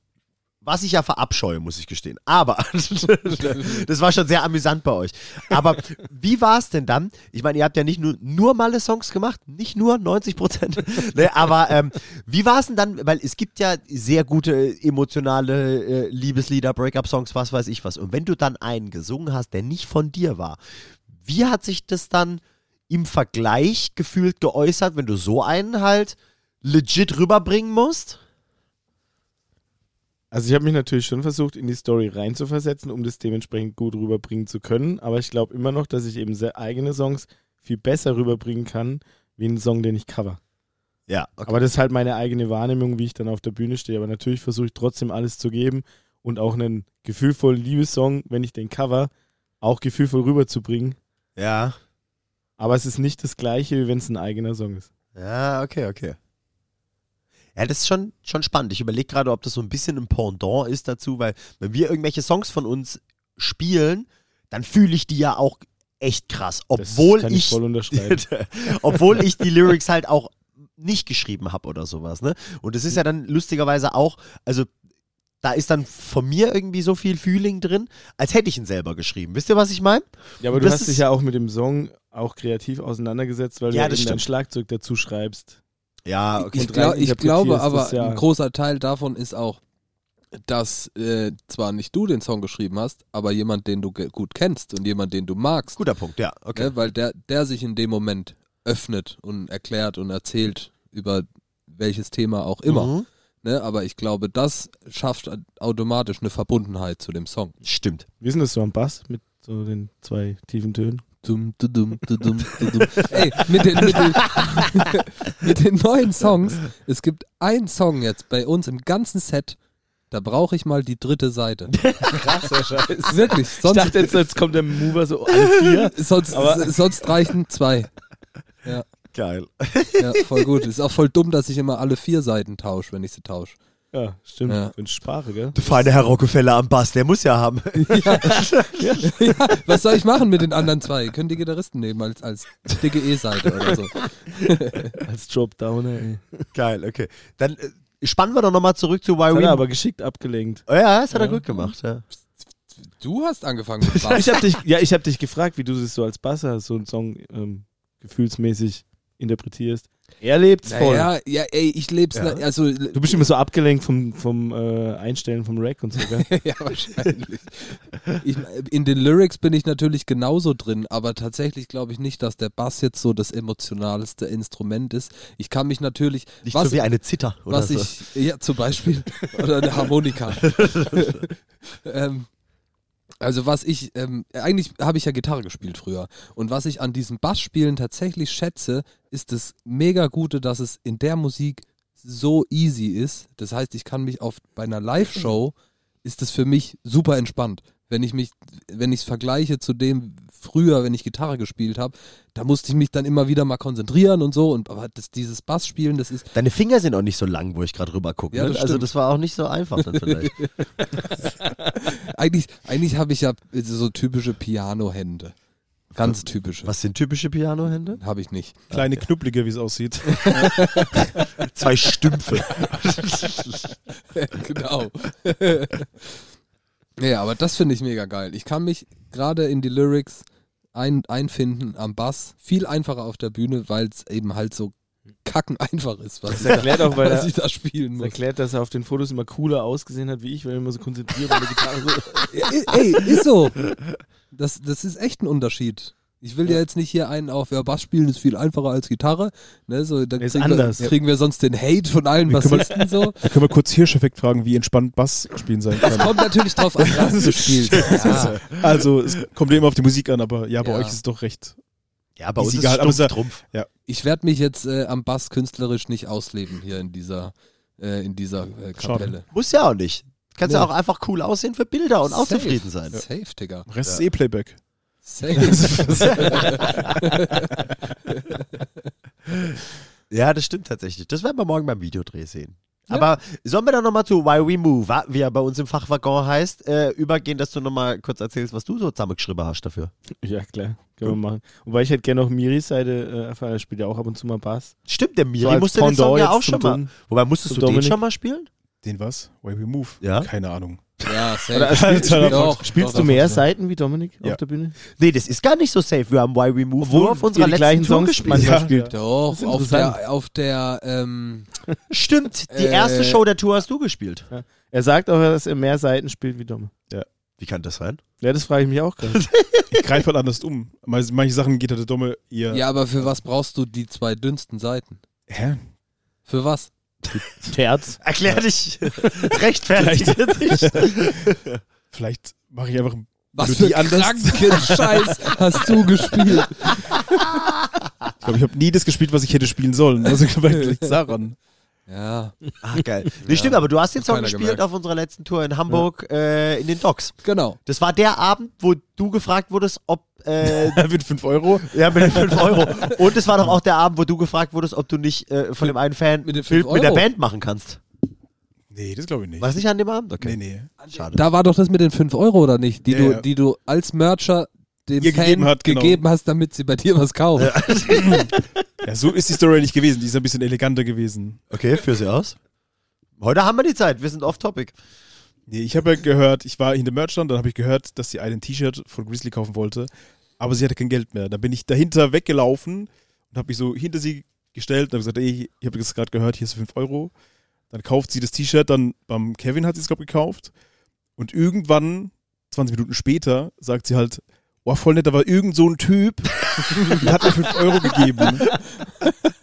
Speaker 1: Was ich ja verabscheue, muss ich gestehen. Aber das war schon sehr amüsant bei euch. Aber wie war es denn dann? Ich meine, ihr habt ja nicht nur, nur malle Songs gemacht, nicht nur 90 Prozent. ne, aber ähm, wie war es denn dann? Weil es gibt ja sehr gute äh, emotionale äh, Liebeslieder, Break-up-Songs, was weiß ich was. Und wenn du dann einen gesungen hast, der nicht von dir war, wie hat sich das dann im Vergleich gefühlt geäußert, wenn du so einen halt legit rüberbringen musst?
Speaker 4: Also ich habe mich natürlich schon versucht, in die Story reinzuversetzen, um das dementsprechend gut rüberbringen zu können. Aber ich glaube immer noch, dass ich eben sehr eigene Songs viel besser rüberbringen kann, wie einen Song, den ich cover.
Speaker 1: Ja, okay.
Speaker 4: Aber das ist halt meine eigene Wahrnehmung, wie ich dann auf der Bühne stehe. Aber natürlich versuche ich trotzdem alles zu geben und auch einen gefühlvollen Liebessong, wenn ich den cover, auch gefühlvoll rüberzubringen.
Speaker 1: ja.
Speaker 4: Aber es ist nicht das gleiche, wie wenn es ein eigener Song ist.
Speaker 1: Ja, okay, okay. Ja, das ist schon, schon spannend. Ich überlege gerade, ob das so ein bisschen ein Pendant ist dazu, weil wenn wir irgendwelche Songs von uns spielen, dann fühle ich die ja auch echt krass,
Speaker 4: Das
Speaker 1: obwohl
Speaker 4: kann ich,
Speaker 1: ich,
Speaker 4: voll unterschreiben.
Speaker 1: obwohl ich die Lyrics halt auch nicht geschrieben habe oder sowas, ne? Und es ist ja dann lustigerweise auch, also da ist dann von mir irgendwie so viel Feeling drin, als hätte ich ihn selber geschrieben. Wisst ihr, was ich meine?
Speaker 4: ja, aber du
Speaker 1: Das
Speaker 4: hast
Speaker 1: ist-
Speaker 4: dich ja auch mit dem Song auch kreativ auseinandergesetzt, weil
Speaker 1: Ja,
Speaker 4: du
Speaker 1: das
Speaker 4: ja eben dein
Speaker 1: stimmt.
Speaker 4: Schlagzeug dazu schreibst.
Speaker 1: Ja, Ah, okay.
Speaker 3: Ich,
Speaker 4: Und
Speaker 3: glaub, ich
Speaker 4: reininterpretierst
Speaker 3: glaube aber,
Speaker 4: das ja.
Speaker 3: ein großer Teil davon ist auch, dass äh, zwar nicht du den Song geschrieben hast, aber jemand, den du ge- gut kennst und jemand, den du magst.
Speaker 1: Guter Punkt, ja, okay.
Speaker 3: Ne? Weil der, der sich in dem Moment öffnet und erklärt und erzählt über welches Thema auch immer.
Speaker 1: Mhm.
Speaker 3: Ne? Aber ich glaube, das schafft automatisch eine Verbundenheit zu dem Song.
Speaker 1: Stimmt.
Speaker 4: Wie ist denn das so am Bass mit so den zwei tiefen Tönen?
Speaker 3: dum, du, dum, du, dum, du, dum. Ey, mit den, mit, den, mit den neuen Songs, es gibt einen Song jetzt bei uns im ganzen Set, da brauche ich mal die dritte Seite.
Speaker 4: Krasser Scheiß.
Speaker 3: Wirklich,
Speaker 4: Ich
Speaker 3: sonst,
Speaker 4: dachte jetzt, jetzt kommt der Mover so alle vier.
Speaker 3: sonst,
Speaker 4: aber-
Speaker 3: sonst reichen zwei. Ja,
Speaker 1: Geil.
Speaker 3: ja, voll gut. Ist auch voll dumm, dass ich immer alle vier Seiten tausche, wenn ich sie tausche.
Speaker 4: Ja, stimmt.
Speaker 3: Ja.
Speaker 4: Für Sprache, gell?
Speaker 1: Der feine Herr Rockefeller am Bass, der muss ja haben.
Speaker 3: Ja, was soll ich machen mit den anderen zwei? Ihr könnt die Gitarristen nehmen als, als dicke E-Seite oder so.
Speaker 4: Als Dropdowner, ey.
Speaker 1: Geil, okay. Dann äh, spannen wir doch nochmal zurück zu Why
Speaker 4: Das hat
Speaker 1: We.
Speaker 4: er aber geschickt abgelenkt.
Speaker 1: oh, ja, das hat er
Speaker 4: Ja.
Speaker 1: gut gemacht. Ja.
Speaker 3: Du hast angefangen mit Bass.
Speaker 4: Ah, Ich hab dich, ja, ich habe dich gefragt, wie du es so als Basser, so einen Song ähm, gefühlsmäßig interpretierst. Er lebt's voll.
Speaker 3: Naja, ja, ey, ich leb's.
Speaker 1: Ja.
Speaker 3: na- Also,
Speaker 4: Du bist immer so abgelenkt vom, vom äh, Einstellen vom Rack und so, gell?
Speaker 3: ja, wahrscheinlich. Ich, in den Lyrics bin ich natürlich genauso drin, aber tatsächlich glaube ich nicht, dass der Bass jetzt so das emotionalste Instrument ist. Ich kann mich natürlich.
Speaker 1: Nicht
Speaker 3: was
Speaker 1: so wie eine Zither oder
Speaker 3: was
Speaker 1: so.
Speaker 3: ich, ja, zum Beispiel, oder eine Harmonika. ähm, also was ich, ähm, eigentlich habe ich ja Gitarre gespielt früher und was ich an diesem Bassspielen tatsächlich schätze, ist das mega Gute, dass es in der Musik so easy ist. Das heißt, ich kann mich auf, bei einer Live-Show ist das für mich super entspannt. Wenn ich mich, wenn ich es vergleiche zu dem früher, wenn ich Gitarre gespielt habe, da musste ich mich dann immer wieder mal konzentrieren und so. Und aber das, dieses Bassspielen, das ist
Speaker 1: Deine Finger sind auch nicht so lang, wo ich gerade rüber gucke.
Speaker 3: Ja,
Speaker 1: ne?
Speaker 3: das
Speaker 1: Also
Speaker 3: stimmt.
Speaker 1: das war auch nicht so einfach dann vielleicht.
Speaker 3: Eigentlich, eigentlich habe ich ja so typische Piano-Hände. Ganz typische.
Speaker 1: Was sind typische Pianohände?
Speaker 3: Habe ich nicht.
Speaker 5: Kleine Knubbelige, wie es aussieht.
Speaker 1: Zwei Stümpfe.
Speaker 3: genau. ja, aber das finde ich mega geil. Ich kann mich gerade in die Lyrics ein, einfinden am Bass. Viel einfacher auf der Bühne, weil es eben halt so kacken einfach ist, was,
Speaker 4: Das
Speaker 3: ich, da,
Speaker 4: erklärt auch, weil
Speaker 3: was
Speaker 4: er,
Speaker 3: ich da spielen
Speaker 4: das
Speaker 3: muss.
Speaker 4: erklärt, dass er auf den Fotos immer cooler ausgesehen hat wie ich, weil er immer so konzentriert war. mit der Gitarre so-
Speaker 3: Ey, ist so. Das, das ist echt ein Unterschied. Ich will ja jetzt nicht hier einen auf, ja, Bass spielen ist viel einfacher als Gitarre. Ne, so, dann
Speaker 4: Ist
Speaker 3: kriegen wir,
Speaker 4: anders.
Speaker 3: kriegen wir sonst den Hate von allen Bassisten so.
Speaker 5: Da können wir kurz Hirscheffekt fragen, wie entspannt Bass spielen sein
Speaker 3: Das
Speaker 5: kann.
Speaker 3: kommt natürlich drauf an, was du spielst. Ja.
Speaker 5: Also, es kommt ja immer auf die Musik an, aber ja, bei
Speaker 3: Ja.
Speaker 5: euch ist es doch recht.
Speaker 1: Ja, bei
Speaker 5: Ist
Speaker 1: uns ist
Speaker 5: egal, aber
Speaker 1: Stumpf
Speaker 5: es ist-
Speaker 1: Trumpf.
Speaker 3: Ich werde mich jetzt äh, am Bass künstlerisch nicht ausleben hier in dieser, äh, in dieser äh, Kapelle.
Speaker 1: Muss ja auch nicht. Kannst ja
Speaker 3: Nee.
Speaker 1: auch einfach cool aussehen für Bilder und auch
Speaker 3: Safe.
Speaker 1: zufrieden sein.
Speaker 3: Safe, Digga.
Speaker 5: Der Rest ist eh Playback.
Speaker 3: Safe.
Speaker 1: Ja, das stimmt tatsächlich. Das werden wir morgen beim Videodreh sehen. Aber sollen wir dann nochmal zu Why We Move, wa? wie er bei uns im Fachwaggon heißt, äh, übergehen, dass du nochmal kurz erzählst, was du so zusammengeschrieben hast dafür.
Speaker 4: ja, klar. Können wir machen. Wobei ich hätte gerne noch Miris Seite äh, erfahren, er spielt ja auch ab und zu mal Bass.
Speaker 1: Stimmt, der Miri
Speaker 4: als
Speaker 1: musste den
Speaker 4: Pendant
Speaker 1: Song ja
Speaker 4: jetzt
Speaker 1: auch
Speaker 4: zum
Speaker 1: schon mal.
Speaker 4: Dom-
Speaker 1: Wobei, musstest du
Speaker 4: zum
Speaker 1: den
Speaker 4: Dominik.
Speaker 1: schon mal spielen?
Speaker 5: Den was? Way We Move?
Speaker 1: Ja.
Speaker 5: Keine Ahnung.
Speaker 3: ja, safe.
Speaker 4: Oder spielst-
Speaker 5: spielst-
Speaker 3: Doch,
Speaker 4: Spielst
Speaker 3: doch,
Speaker 4: du
Speaker 3: doch,
Speaker 4: mehr
Speaker 3: doch.
Speaker 4: Seiten wie Dominik
Speaker 5: Ja.
Speaker 4: auf der Bühne?
Speaker 1: Nee, das ist gar nicht so safe. Wir haben Why We Move nur auf
Speaker 4: ihr
Speaker 1: unserer
Speaker 4: die
Speaker 1: letzten
Speaker 4: gleichen
Speaker 1: Tour
Speaker 4: Songs
Speaker 1: gespielt.
Speaker 4: manchmal
Speaker 5: Ja.
Speaker 4: spielt.
Speaker 3: Doch, auf
Speaker 4: interessant.
Speaker 3: der, auf der, ähm,
Speaker 1: Stimmt, die
Speaker 3: Äh,
Speaker 1: erste Show der Tour hast du gespielt.
Speaker 4: Er sagt auch, dass er mehr Seiten spielt wie Dom.
Speaker 1: Wie kann das sein?
Speaker 4: Ja, das frage ich mich auch gerade.
Speaker 5: Ich greife halt anders um. Manche manche Sachen geht halt der Dumme eher.
Speaker 3: ja, aber für was brauchst du die zwei dünnsten Seiten?
Speaker 5: Hä?
Speaker 3: Für was?
Speaker 4: Terz.
Speaker 1: Erklär dich. Rechtfertige dich.
Speaker 5: Vielleicht mache ich einfach ein
Speaker 3: Was
Speaker 5: Melodie
Speaker 3: für kranken Scheiß hast du gespielt?
Speaker 5: Ich glaube, ich habe nie das gespielt, was ich hätte spielen sollen. Also vielleicht liegt's daran.
Speaker 3: Ja,
Speaker 1: Ach, geil. Nee, stimmt, aber du hast den Song
Speaker 3: keiner
Speaker 1: gespielt
Speaker 3: gemerkt.
Speaker 1: auf unserer letzten Tour in Hamburg äh, in den Docks.
Speaker 3: genau.
Speaker 1: Das war der Abend, wo du gefragt wurdest, ob. Äh,
Speaker 5: Mit 5 Euro.
Speaker 1: ja, mit den 5 Euro. Und es war doch auch der Abend, wo du gefragt wurdest, ob du nicht äh, von dem einen Fan
Speaker 3: Mit den
Speaker 1: Bild
Speaker 3: 5
Speaker 1: mit der
Speaker 3: Euro?
Speaker 1: Band machen kannst.
Speaker 5: Nee, das glaube ich nicht.
Speaker 1: War es nicht an dem Abend? Okay.
Speaker 5: Nee, nee.
Speaker 1: Schade.
Speaker 3: Da war doch das mit den 5 Euro, oder nicht? Die,
Speaker 5: Ja,
Speaker 3: du,
Speaker 5: ja.
Speaker 3: die du als Mercher dem
Speaker 5: Ihr
Speaker 3: Fan
Speaker 5: gegeben hat, genau.
Speaker 3: gegeben hast, damit sie bei dir was kaufen.
Speaker 5: Ja, so ist die Story nicht gewesen. Die ist ein bisschen eleganter gewesen.
Speaker 1: Okay, für sie aus. Heute haben wir die Zeit, wir sind off-topic.
Speaker 5: Nee, ich habe ja gehört, ich war in dem Merchstand, dann habe ich gehört, dass sie einen T-Shirt von Grizzly kaufen wollte, aber sie hatte kein Geld mehr. Dann bin ich dahinter weggelaufen und habe mich so hinter sie gestellt und habe gesagt, ey, ich habe das gerade gehört, hier ist 5 Euro. Dann kauft sie das T-Shirt, dann beim Kevin hat sie es, glaube ich, gekauft. Und irgendwann, 20 Minuten später, sagt sie halt, oh, voll nett, da war irgend so ein Typ und hat mir 5 Euro gegeben.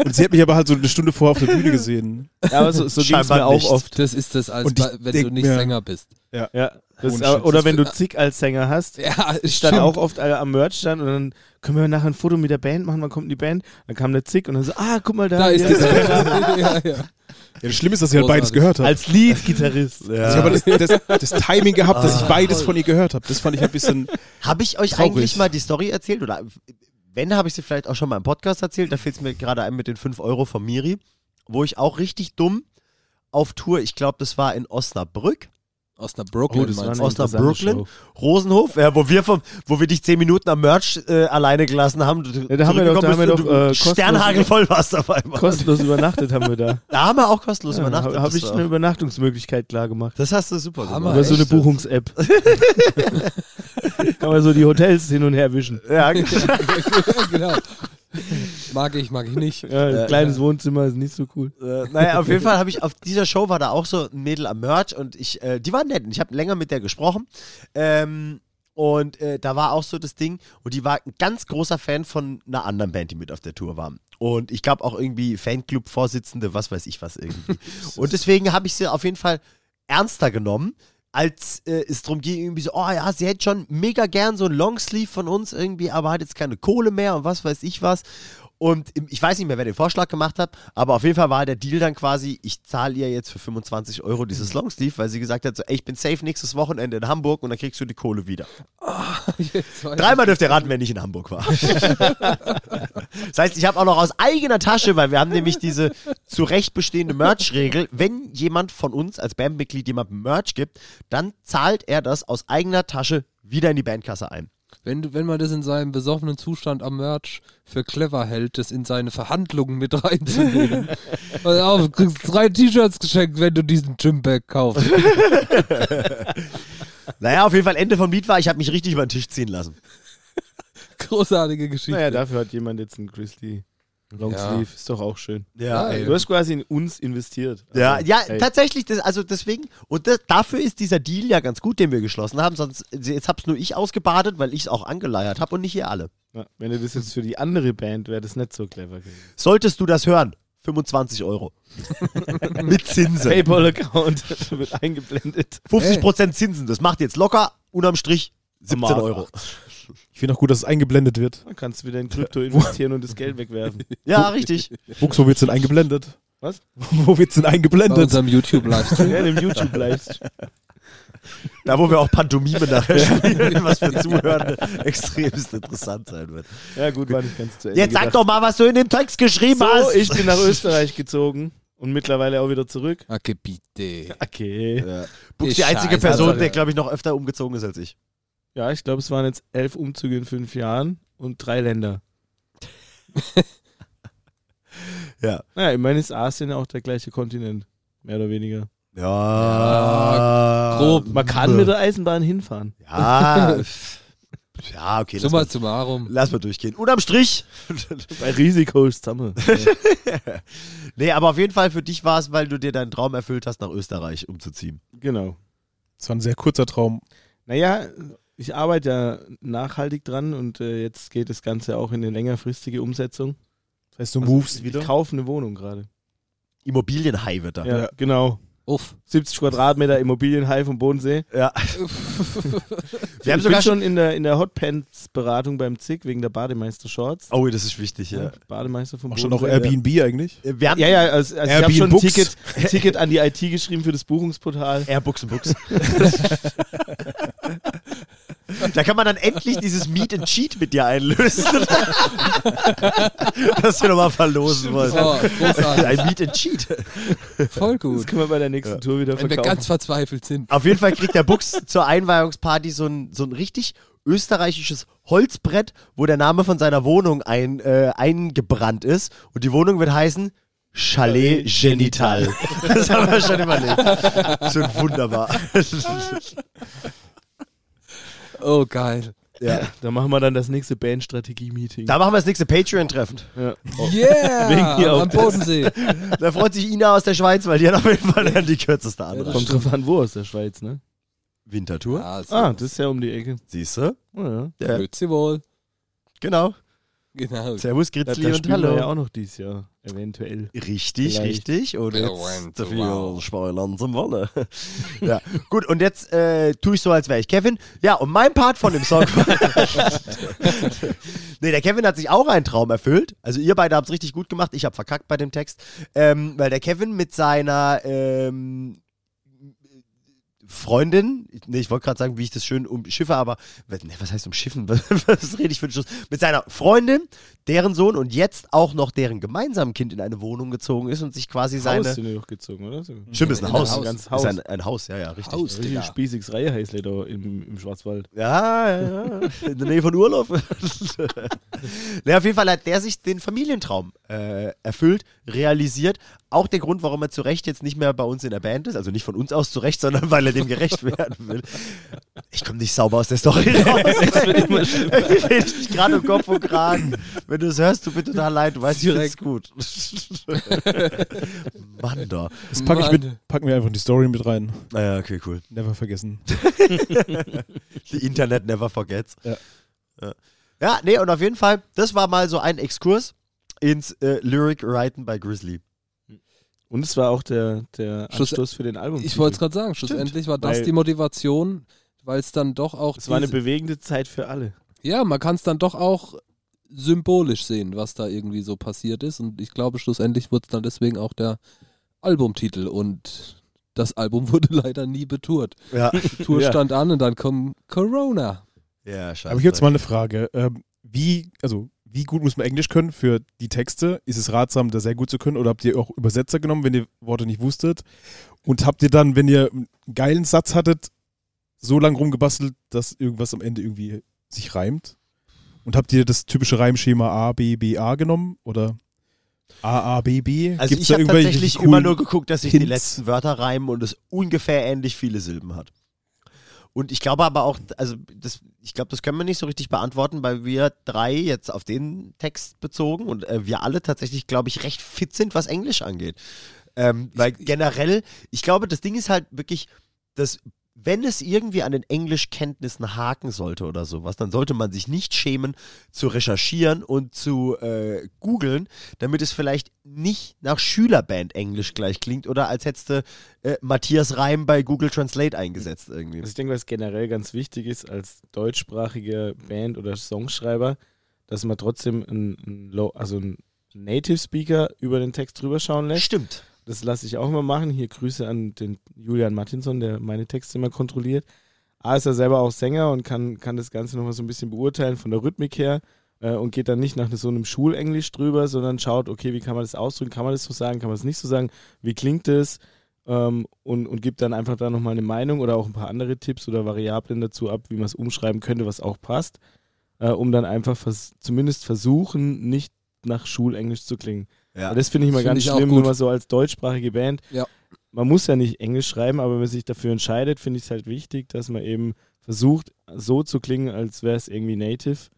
Speaker 5: Und sie hat mich aber halt so eine Stunde vorher auf der Bühne gesehen.
Speaker 4: Ja, aber so, so ging es
Speaker 1: Scheinbar
Speaker 4: mir auch
Speaker 1: nicht.
Speaker 4: oft.
Speaker 3: Das ist das, als
Speaker 5: Und ich
Speaker 3: bei- wenn
Speaker 5: denk
Speaker 3: du nicht
Speaker 5: mir-
Speaker 3: Sänger bist.
Speaker 4: Ja, das,
Speaker 5: Ohne Scheiß.
Speaker 4: oder wenn du zig als Sänger hast,
Speaker 3: Ja,
Speaker 4: Ich stand auch oft alle am Merchstand und dann können wir nachher ein Foto mit der Band machen, wann kommt die Band? Dann kam der Zick und dann so, ah, guck mal da.
Speaker 3: Da ist
Speaker 4: ja.
Speaker 3: die Sänger. ja, ja.
Speaker 5: Ja, das Schlimme ist, dass sie halt
Speaker 3: Großartig.
Speaker 5: beides gehört hat.
Speaker 4: Als Lead-Gitarrist.
Speaker 1: Äh.
Speaker 5: Also ich habe das, das, das Timing gehabt, dass ich beides von ihr gehört habe. Das fand ich ein bisschen.
Speaker 1: Habe ich euch
Speaker 5: Traurig.
Speaker 1: eigentlich mal die Story erzählt? Oder äh, wenn, habe ich sie vielleicht auch schon mal im Podcast erzählt. Da fehlt es mir gerade ein mit den 5 Euro von Miri, wo ich auch richtig dumm auf Tour, ich glaube, das war in Osnabrück,
Speaker 3: Osnabrück,
Speaker 4: Oh, das war
Speaker 3: meinst
Speaker 4: eine
Speaker 3: du?
Speaker 1: Aus der
Speaker 4: interessante
Speaker 1: Brooklyn?
Speaker 4: Show.
Speaker 1: Rosenhof, äh, wo wir vom, wo wir dich 10 Minuten am Merch äh, alleine gelassen haben. Du,
Speaker 4: Ja, da haben wir doch- da haben wir
Speaker 1: zurückgekommen bist und
Speaker 4: doch,
Speaker 1: du
Speaker 4: äh, kostenlos-
Speaker 1: Sternhagel voll warst auf einmal.
Speaker 4: Kostenlos übernachtet haben wir da.
Speaker 1: da haben wir auch kostenlos
Speaker 4: Ja,
Speaker 1: übernachtet.
Speaker 4: Habe hab
Speaker 1: das
Speaker 4: ich
Speaker 1: war-
Speaker 4: eine Übernachtungsmöglichkeit klar gemacht.
Speaker 1: das hast du super
Speaker 3: Hammer.
Speaker 1: gemacht.
Speaker 4: Über so eine
Speaker 3: echt?
Speaker 4: Buchungs-App. Kann man so die Hotels hin und her wischen.
Speaker 1: Ja, genau.
Speaker 3: genau. Mag ich, mag ich nicht.
Speaker 4: Ja, ein kleines Wohnzimmer ist nicht so cool.
Speaker 1: Äh, naja, auf jeden Fall habe ich auf dieser Show war da auch so ein Mädel am Merch und ich, äh, die war nett und ich habe länger mit der gesprochen. Ähm, und äh, da war auch so das Ding, und die war ein ganz großer Fan von einer anderen Band, die mit auf der Tour war. Und ich glaube auch irgendwie Fanclub-Vorsitzende, was weiß ich was irgendwie. und deswegen habe ich sie auf jeden Fall ernster genommen, als äh, es darum ging, irgendwie so, oh ja, sie hätte schon mega gern so ein Longsleeve von uns irgendwie, aber hat jetzt keine Kohle mehr und was weiß ich was. Und im- ich weiß nicht mehr, wer den Vorschlag gemacht hat, aber auf jeden Fall war der Deal dann quasi, ich zahle ihr jetzt für 25 Euro dieses Longsleeve, weil sie gesagt hat, so, ey, ich bin safe nächstes Wochenende in Hamburg und dann kriegst du die Kohle wieder.
Speaker 3: Jetzt weiß
Speaker 1: Dreimal dürft ihr raten, wenn ich in Hamburg war. das heißt, ich habe auch noch aus eigener Tasche, weil wir haben nämlich diese zu Recht bestehende Merch-Regel, wenn jemand von uns als Bandmitglied jemandem Merch gibt, dann zahlt er das aus eigener Tasche wieder in die Bandkasse ein.
Speaker 3: ich. Wenn, du- wenn man das in seinem besoffenen Zustand am Merch für clever hält, das in seine Verhandlungen mit reinzunehmen. Pass auf, du kriegst drei T-Shirts geschenkt, wenn du diesen Gymbag kaufst.
Speaker 1: Naja, auf jeden Fall Ende vom Lied war, ich habe mich richtig über den Tisch ziehen lassen.
Speaker 3: Großartige Geschichte.
Speaker 4: Naja, dafür hat jemand jetzt einen Grizzly Longsleeve.
Speaker 3: Ja.
Speaker 4: Ist doch auch schön.
Speaker 1: Ja,
Speaker 3: ey.
Speaker 4: Du hast quasi in uns investiert.
Speaker 1: Ja,
Speaker 4: Also,
Speaker 1: ja,
Speaker 4: hey.
Speaker 1: tatsächlich, das, also deswegen, und das, dafür ist dieser Deal ja ganz gut, den wir geschlossen haben, sonst, jetzt hab's nur ich ausgebadet, weil ich es auch angeleiert habe und nicht ihr alle.
Speaker 4: Ja, wenn du das jetzt für die andere Band wäre das nicht so clever gewesen.
Speaker 1: Solltest du das hören, 25 Euro. Mit Zinsen.
Speaker 4: PayPal-Account wird eingeblendet.
Speaker 1: 50% Zinsen, das macht jetzt locker, unterm Strich 17
Speaker 4: Hammer.
Speaker 1: Euro.
Speaker 5: Ich finde auch gut, dass es eingeblendet wird.
Speaker 4: Dann kannst du wieder in Krypto investieren und das Geld wegwerfen.
Speaker 1: Ja, richtig.
Speaker 5: Wuchs, wo wird's denn eingeblendet?
Speaker 4: Was?
Speaker 5: Wo wird's denn
Speaker 3: Bei
Speaker 5: eingeblendet?
Speaker 3: unserem YouTube-Livestream.
Speaker 4: Ja, dem YouTube bleibst.
Speaker 1: Da, wo wir auch Pantomime nachher spielen, was für Zuhörende extremst interessant sein wird.
Speaker 4: Ja, gut, war nicht ganz zu Ende.
Speaker 1: Jetzt sag
Speaker 4: gedacht.
Speaker 1: doch mal, was du in dem Text geschrieben
Speaker 4: so,
Speaker 1: hast.
Speaker 4: ich bin nach Österreich gezogen und mittlerweile auch wieder zurück.
Speaker 3: Ah, Gebiete.
Speaker 4: Okay.
Speaker 1: ja. Buchs
Speaker 3: Ich
Speaker 1: die einzige
Speaker 3: scheiße,
Speaker 1: Person,
Speaker 3: Alter.
Speaker 1: der, glaube ich, noch öfter umgezogen ist als ich.
Speaker 4: Ja, ich glaube, es waren jetzt elf Umzüge in fünf Jahren und drei Länder.
Speaker 1: Ja.
Speaker 4: Naja, immerhin ist Asien auch der gleiche Kontinent. Mehr oder weniger.
Speaker 1: Ja.
Speaker 3: grob.
Speaker 4: Man kann mit der Eisenbahn hinfahren.
Speaker 1: Ja. pff. ja, okay. Lass
Speaker 3: Summa
Speaker 1: mal,
Speaker 3: summarum.
Speaker 1: lass mal durchgehen. Unterm Strich.
Speaker 4: Bei Risiko ist Samme.
Speaker 1: nee, aber auf jeden Fall für dich war es, weil du dir deinen Traum erfüllt hast, nach Österreich umzuziehen.
Speaker 4: genau.
Speaker 5: Das war ein sehr kurzer Traum.
Speaker 4: Naja, ich arbeite ja nachhaltig dran und äh, jetzt geht das Ganze auch in eine längerfristige Umsetzung.
Speaker 5: Das heißt, du
Speaker 4: Also,
Speaker 5: movest
Speaker 4: Ich
Speaker 5: wieder.
Speaker 4: kaufe eine Wohnung gerade.
Speaker 1: Immobilienhai wird da.
Speaker 4: Ja, genau.
Speaker 3: Uff.
Speaker 4: 70 Quadratmeter Immobilienhai vom Bodensee.
Speaker 1: Ja. Wir haben
Speaker 4: ich bin
Speaker 1: sogar schon.
Speaker 4: schon in der, in der Hotpants-Beratung beim ZIG wegen der Bademeister-Shorts.
Speaker 1: Oh, das ist wichtig, ja.
Speaker 4: Bademeister vom
Speaker 5: Auch schon noch
Speaker 4: Bodensee.
Speaker 5: Airbnb eigentlich.
Speaker 1: Wir haben
Speaker 4: Ja, ja, also, also ich habe
Speaker 5: Airbnb
Speaker 4: schon ein
Speaker 5: Books.
Speaker 4: Ticket, Ticket an die IT geschrieben für das Buchungsportal.
Speaker 1: Air Books and Books. da kann man dann endlich dieses Meet and Cheat mit dir einlösen. das wir nochmal verlosen wollen.
Speaker 3: Oh, großartig.
Speaker 1: Ein Meet and Cheat.
Speaker 3: Voll
Speaker 4: Das
Speaker 3: gut.
Speaker 4: können wir bei der nächsten Tour wieder
Speaker 3: Wenn wir
Speaker 4: verkaufen.
Speaker 3: ganz verzweifelt sind.
Speaker 1: Auf jeden Fall kriegt der Buchs zur Einweihungsparty so ein, so ein richtig österreichisches Holzbrett, wo der Name von seiner Wohnung ein, äh, eingebrannt ist. Und die Wohnung wird heißen Chalet Genital. Das haben wir schon überlegt. Schon wunderbar.
Speaker 3: Oh, geil.
Speaker 1: Ja.
Speaker 4: Da machen wir dann das nächste Bandstrategie-Meeting.
Speaker 1: Da machen wir das nächste Patreon-Treffen.
Speaker 4: Ja. Wegen hier
Speaker 3: Yeah!
Speaker 4: auf
Speaker 3: Am
Speaker 4: der-
Speaker 3: Bodensee.
Speaker 1: Da freut sich Ina aus der Schweiz, weil die hat auf jeden Fall dann die kürzeste Anreise.
Speaker 4: Kommt drauf an, wo aus der Schweiz, ne?
Speaker 1: Winterthur.
Speaker 3: Ja, so.
Speaker 4: Ah, das ist ja um die Ecke.
Speaker 1: Siehst du?
Speaker 4: Oh, ja.
Speaker 1: Ja,
Speaker 3: Also, Grüezi wohl.
Speaker 1: genau.
Speaker 3: Genau.
Speaker 1: Servus,
Speaker 4: Da,
Speaker 1: Grizzly
Speaker 4: da
Speaker 1: und
Speaker 4: spielen wir
Speaker 1: Hallo.
Speaker 4: ja auch noch dieses Jahr, eventuell.
Speaker 1: Richtig,
Speaker 4: Vielleicht.
Speaker 1: richtig. Und
Speaker 3: Ja,
Speaker 1: jetzt
Speaker 3: und
Speaker 1: zu viel
Speaker 3: wow.
Speaker 1: Spoilern zum Wolle. ja, gut. Und jetzt äh, tue ich so, als wäre ich Kevin. Ja, und mein Part von dem Song. nee, der Kevin hat sich auch einen Traum erfüllt. Also ihr beide habt es richtig gut gemacht. Ich habe verkackt bei dem Text. Ähm, weil der Kevin mit seiner ähm, Freundin, nee, ich wollte gerade sagen, wie ich das schön umschiffe, aber was- nee, was heißt umschiffen? Was, was rede ich für einen Schluss? Mit seiner Freundin, deren Sohn und jetzt auch noch deren gemeinsamen Kind in eine Wohnung gezogen ist und sich quasi seine.
Speaker 4: Haus sind wir hochgezogen, oder? So.
Speaker 1: Stimmt, ist ein
Speaker 3: In ein
Speaker 1: Haus.
Speaker 3: Haus.
Speaker 1: Ist
Speaker 4: Ganz Haus.
Speaker 1: ein, ein Haus, ja, ja, richtig.
Speaker 3: Haus,
Speaker 4: Richtig
Speaker 3: Digga.
Speaker 4: spießiges Reihe da im, im Schwarzwald.
Speaker 1: Ja, ja, ja. in der Nähe von Urlaub. naja, auf jeden Fall hat der sich den Familientraum äh, erfüllt, realisiert. Auch der Grund, warum er zu Recht jetzt nicht mehr bei uns in der Band ist. Also nicht von uns aus zu Recht, sondern weil er dem gerecht werden will. Ich komme nicht sauber aus der Story raus. Ich rede dich gerade im Kopf und Kragen. Wenn du es hörst, du bitte total leid. Du weißt, ich find's
Speaker 3: Direkt.
Speaker 1: gut. Mann, da.
Speaker 5: Das pack ich mit,
Speaker 3: Mann.
Speaker 5: packen wir einfach in die Story mit rein.
Speaker 1: Naja, okay, cool.
Speaker 5: Never vergessen.
Speaker 1: The Internet never forgets.
Speaker 5: Ja.
Speaker 1: Ja. ja, nee, und auf jeden Fall, das war mal so ein Exkurs ins äh, Lyric-Writen bei Grizzly.
Speaker 4: Und es war auch der, der
Speaker 3: Schluss-
Speaker 4: Anstoß für den Album.
Speaker 3: Ich wollte es gerade sagen, schlussendlich war das
Speaker 4: Weil-
Speaker 3: die Motivation, weil es dann doch auch.
Speaker 4: Es war eine
Speaker 3: diese-
Speaker 4: bewegende Zeit für alle.
Speaker 3: ja, man kann es dann doch auch symbolisch sehen, was da irgendwie so passiert ist. Und ich glaube, schlussendlich wurde es dann deswegen auch der Albumtitel. Und das Album wurde leider nie betourt.
Speaker 1: Ja,
Speaker 3: Tour
Speaker 4: Ja.
Speaker 3: stand an und dann kommt Corona.
Speaker 1: ja scheiße.
Speaker 5: Aber ich habe jetzt mal eine Frage. Ähm, wie, also, wie gut muss man Englisch können für die Texte? Ist es ratsam, da sehr gut zu können? Oder habt ihr auch Übersetzer genommen, wenn ihr Worte nicht wusstet? Und habt ihr dann, wenn ihr einen geilen Satz hattet, so lange rumgebastelt, dass irgendwas am Ende irgendwie sich reimt? Und habt ihr das typische Reimschema A, B, B, A genommen? Oder A, A, B, B?
Speaker 1: also
Speaker 5: Gibt's
Speaker 1: ich
Speaker 5: da
Speaker 1: habe
Speaker 5: irgendwelche
Speaker 1: tatsächlich
Speaker 5: coolen-
Speaker 1: immer nur geguckt, dass sich die
Speaker 5: Hints?
Speaker 1: letzten Wörter reimen und es ungefähr ähnlich viele Silben hat. Und ich glaube aber auch, also das, ich glaube, das können wir nicht so richtig beantworten, weil wir drei jetzt auf den Text bezogen und äh, wir alle tatsächlich, glaube ich, recht fit sind, was Englisch angeht. Ähm, weil generell, ich glaube, das Ding ist halt wirklich, dass wenn es irgendwie an den Englischkenntnissen haken sollte oder sowas, dann sollte man sich nicht schämen zu recherchieren und zu äh, googeln, damit es vielleicht nicht nach Schülerband Englisch gleich klingt oder als hättest du äh, Matthias Reim bei Google Translate eingesetzt irgendwie.
Speaker 4: Also ich denke, was generell ganz wichtig ist als deutschsprachige Band oder Songschreiber, dass man trotzdem einen, einen, Low, also einen Native Speaker über den Text drüber schauen lässt.
Speaker 1: Stimmt.
Speaker 4: Das lasse ich auch immer machen. Hier Grüße an den Julian Martinson, der meine Texte immer kontrolliert. A ist er selber auch Sänger und kann, kann das Ganze nochmal so ein bisschen beurteilen von der Rhythmik her äh, und geht dann nicht nach so einem Schulenglisch drüber, sondern schaut, okay, wie kann man das ausdrücken? Kann man das so sagen? Kann man es nicht so sagen? Wie klingt das? Ähm, und, und gibt dann einfach da nochmal eine Meinung oder auch ein paar andere Tipps oder Variablen dazu ab, wie man es umschreiben könnte, was auch passt, äh, um dann einfach vers zumindest versuchen, nicht nach Schulenglisch zu klingen.
Speaker 1: Ja.
Speaker 4: Aber das finde ich mal
Speaker 3: Finde
Speaker 4: ganz
Speaker 3: ich auch
Speaker 4: schlimm,
Speaker 3: gut.
Speaker 4: wenn man so als deutschsprachige Band,
Speaker 3: Ja.
Speaker 4: man muss ja nicht Englisch schreiben, aber wenn man sich dafür entscheidet, finde ich es halt wichtig, dass man eben versucht, so zu klingen, als wäre es irgendwie native.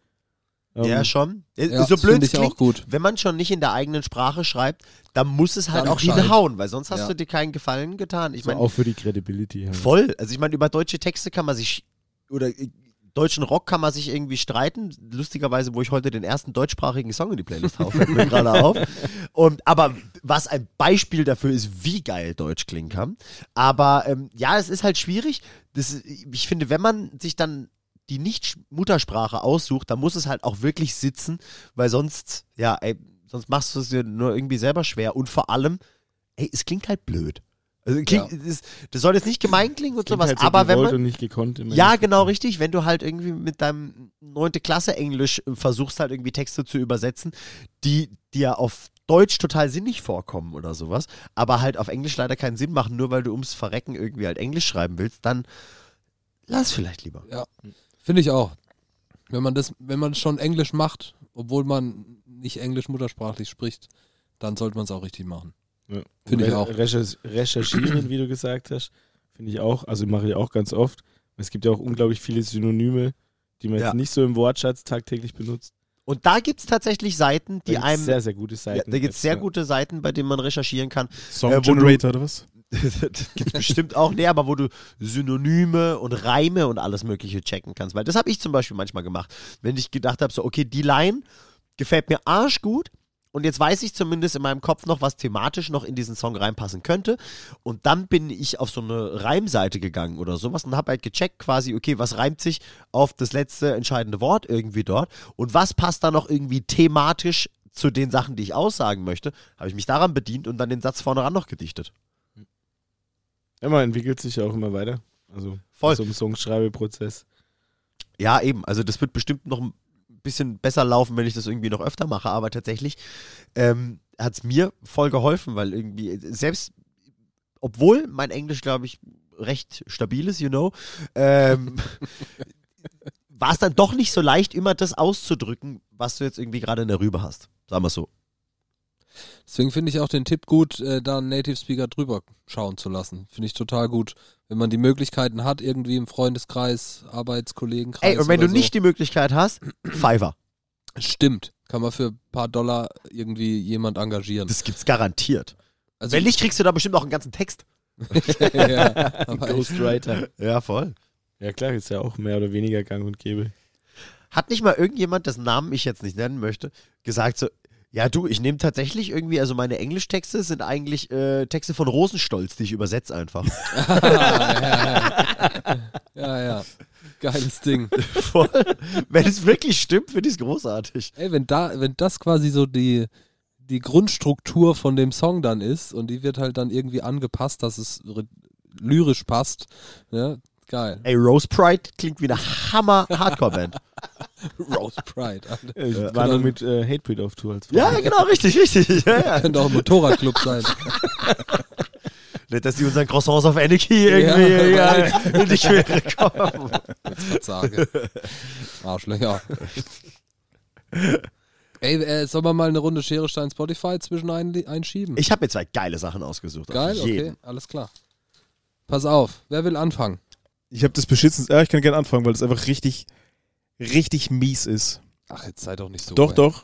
Speaker 4: Ähm,
Speaker 1: ja, schon. Äh,
Speaker 3: Ja,
Speaker 1: so
Speaker 3: das
Speaker 1: blöd
Speaker 3: finde
Speaker 1: es
Speaker 3: ich auch
Speaker 1: klingt,
Speaker 3: gut.
Speaker 1: wenn man schon nicht in der eigenen Sprache schreibt, dann muss es halt
Speaker 3: Dann
Speaker 1: auch
Speaker 3: halt.
Speaker 1: hinhauen, weil sonst hast
Speaker 3: Ja.
Speaker 1: du dir keinen Gefallen getan. Ich
Speaker 4: so
Speaker 1: meine,
Speaker 4: auch für die Credibility. halt.
Speaker 1: Voll. Also ich meine, über deutsche Texte kann man sich oder äh, deutschen Rock kann man sich irgendwie streiten. Lustigerweise, wo ich heute den ersten deutschsprachigen Song in die Playlist hau, fällt mir gerade auf. Und, aber was ein Beispiel dafür ist, wie geil Deutsch klingen kann. Aber ähm, ja, es ist halt schwierig. Das, ist- ich finde, wenn man sich dann die Nicht-Muttersprache aussucht, dann muss es halt auch wirklich sitzen, weil sonst, ja, ey, sonst machst du es dir nur irgendwie selber schwer. Und vor allem, ey, es klingt halt blöd. Also, klingt,
Speaker 3: Ja.
Speaker 1: es ist, das soll jetzt nicht gemein klingen und
Speaker 4: Klingt
Speaker 1: sowas,
Speaker 4: halt so
Speaker 1: aber wenn
Speaker 4: gewollt
Speaker 1: man.
Speaker 4: und nicht gekonnt. im
Speaker 1: Ja,
Speaker 4: Endeffekt.
Speaker 1: genau richtig. Wenn du halt irgendwie mit deinem neunte Klasse Englisch äh, versuchst, halt irgendwie Texte zu übersetzen, die dir auf Deutsch total sinnig vorkommen oder sowas, aber halt auf Englisch leider keinen Sinn machen, nur weil du ums Verrecken irgendwie halt Englisch schreiben willst, dann lass vielleicht lieber.
Speaker 3: Finde ich auch. Wenn man das, wenn man schon Englisch macht, obwohl man nicht Englisch muttersprachlich spricht, dann sollte man es auch richtig machen.
Speaker 1: genau.
Speaker 4: Ja.
Speaker 3: Finde ich
Speaker 4: Re-
Speaker 3: auch.
Speaker 4: Recherch recherchieren, wie du gesagt hast, finde ich auch. Also mache ich auch ganz oft. Es gibt ja auch unglaublich viele Synonyme, die man
Speaker 1: Ja.
Speaker 4: jetzt nicht so im Wortschatz tagtäglich benutzt.
Speaker 1: Und da gibt es tatsächlich Seiten,
Speaker 4: Da
Speaker 1: die
Speaker 4: gibt's
Speaker 1: einem.
Speaker 4: sehr, sehr gute Seiten.
Speaker 1: ja, da gibt es sehr
Speaker 4: Ja.
Speaker 1: gute Seiten, bei denen man recherchieren kann.
Speaker 5: Song
Speaker 1: äh, wo du-
Speaker 5: Generator oder was?
Speaker 1: Gibt bestimmt auch, nee, aber wo du Synonyme und Reime und alles Mögliche checken kannst. Weil das habe ich zum Beispiel manchmal gemacht, wenn ich gedacht habe, so, okay, die Line gefällt mir arschgut. Und jetzt weiß ich zumindest in meinem Kopf noch, was thematisch noch in diesen Song reinpassen könnte. Und dann bin ich auf so eine Reimseite gegangen oder sowas und habe halt gecheckt quasi, okay, was reimt sich auf das letzte entscheidende Wort irgendwie dort und was passt da noch irgendwie thematisch zu den Sachen, die ich aussagen möchte, habe ich mich daran bedient und dann den Satz vorne ran noch gedichtet.
Speaker 4: Ja, man entwickelt sich ja auch immer weiter. Also
Speaker 1: Voll.
Speaker 4: so im Songschreibeprozess.
Speaker 1: Ja, eben. Also das wird bestimmt noch ein bisschen besser laufen, wenn ich das irgendwie noch öfter mache. Aber tatsächlich ähm, hat es mir voll geholfen, weil irgendwie selbst, obwohl mein Englisch, glaube ich, recht stabil ist, you know, ähm, war es dann doch nicht so leicht, immer das auszudrücken, was du jetzt irgendwie gerade in der Rübe hast. Sagen wir so.
Speaker 3: Deswegen finde ich auch den Tipp gut, äh, da einen Native Speaker drüber schauen zu lassen. Finde ich total gut. Wenn man die Möglichkeiten hat, irgendwie im Freundeskreis, Arbeitskollegenkreis.
Speaker 1: Ey, und wenn
Speaker 3: oder
Speaker 1: du nicht die Möglichkeit hast, Fiverr.
Speaker 3: So. Stimmt. Kann man für ein paar Dollar irgendwie jemand engagieren.
Speaker 1: Das gibt's garantiert.
Speaker 3: also,
Speaker 1: Wenn nicht, kriegst du da bestimmt auch einen ganzen Text.
Speaker 3: ja, aber
Speaker 4: Ghostwriter.
Speaker 1: Ja, voll.
Speaker 4: Ja klar, ist ja auch mehr oder weniger gang und gäbe.
Speaker 1: Hat nicht mal irgendjemand, dessen Namen ich jetzt nicht nennen möchte, gesagt so, ja du, ich nehme tatsächlich irgendwie, also meine Englischtexte sind eigentlich äh, Texte von Rosenstolz, die ich übersetze einfach.
Speaker 3: ja, ja. Geiles Ding.
Speaker 1: Voll. Wenn es wirklich stimmt, finde ich es großartig.
Speaker 3: Ey, wenn, da, wenn das quasi so die, die Grundstruktur von dem Song dann ist und die wird halt dann irgendwie angepasst, dass es ry- lyrisch passt. Ne? Geil.
Speaker 1: Ey, Rose Pride klingt wie eine Hammer-Hardcore-Band.
Speaker 3: Rose Pride. Alter.
Speaker 4: Äh, Ich war nur mit äh, Hatebreed auf Tour als
Speaker 1: ja, genau, richtig, richtig. Ja, ja.
Speaker 3: Könnte auch ein Motorradclub sein.
Speaker 1: Nicht, dass die unseren Croissants auf Anarchy irgendwie ja, in die Quere kommen.
Speaker 3: Verzage. Arschlöcher. Ey, äh, sollen wir mal eine Runde Schere Stein Spotify zwischen ein, einschieben?
Speaker 1: Ich habe mir zwei geile Sachen ausgesucht. auf
Speaker 3: Geil, okay,
Speaker 1: jeden.
Speaker 3: alles klar. Pass auf, wer will anfangen?
Speaker 5: Ich habe das beschissens. Ja, ich kann gerne anfangen, weil das einfach richtig, richtig mies ist.
Speaker 3: Ach, jetzt sei doch nicht so.
Speaker 5: Doch, doch.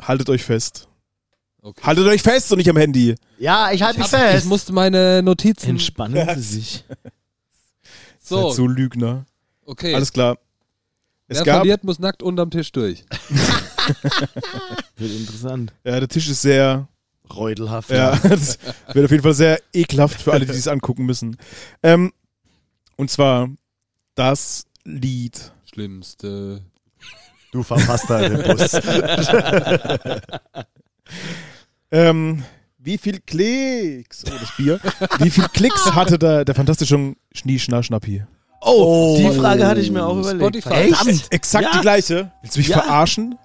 Speaker 5: Haltet euch fest.
Speaker 3: Okay.
Speaker 5: Haltet euch fest und nicht am Handy.
Speaker 1: Ja, ich halte mich
Speaker 3: Ich
Speaker 1: fest.
Speaker 3: musste meine Notizen.
Speaker 4: Entspannen Sie sich.
Speaker 5: So.
Speaker 3: So,
Speaker 5: Seid so Lügner.
Speaker 3: okay.
Speaker 5: Alles klar.
Speaker 3: wer
Speaker 5: Es gab. Ja,
Speaker 3: verliert, muss nackt unterm Tisch durch.
Speaker 4: Wird interessant.
Speaker 5: der Tisch ist sehr.
Speaker 1: Reudelhaft.
Speaker 5: Ja, das wird auf jeden Fall sehr ekelhaft für alle, die es angucken müssen. Ähm, und zwar das Lied.
Speaker 3: Schlimmste.
Speaker 1: Du verpasst da den Bus.
Speaker 5: Ähm, wie viel Klicks? Oh, das Bier. Wie viel Klicks hatte da der fantastische Schnie-Schnaschnapp hier?
Speaker 1: Oh,
Speaker 4: Die Frage hatte ich mir auch überlegt.
Speaker 3: Spotify.
Speaker 1: Echt?
Speaker 5: Exakt
Speaker 4: Ja.
Speaker 5: die gleiche. Willst du mich
Speaker 4: Ja.
Speaker 5: verarschen?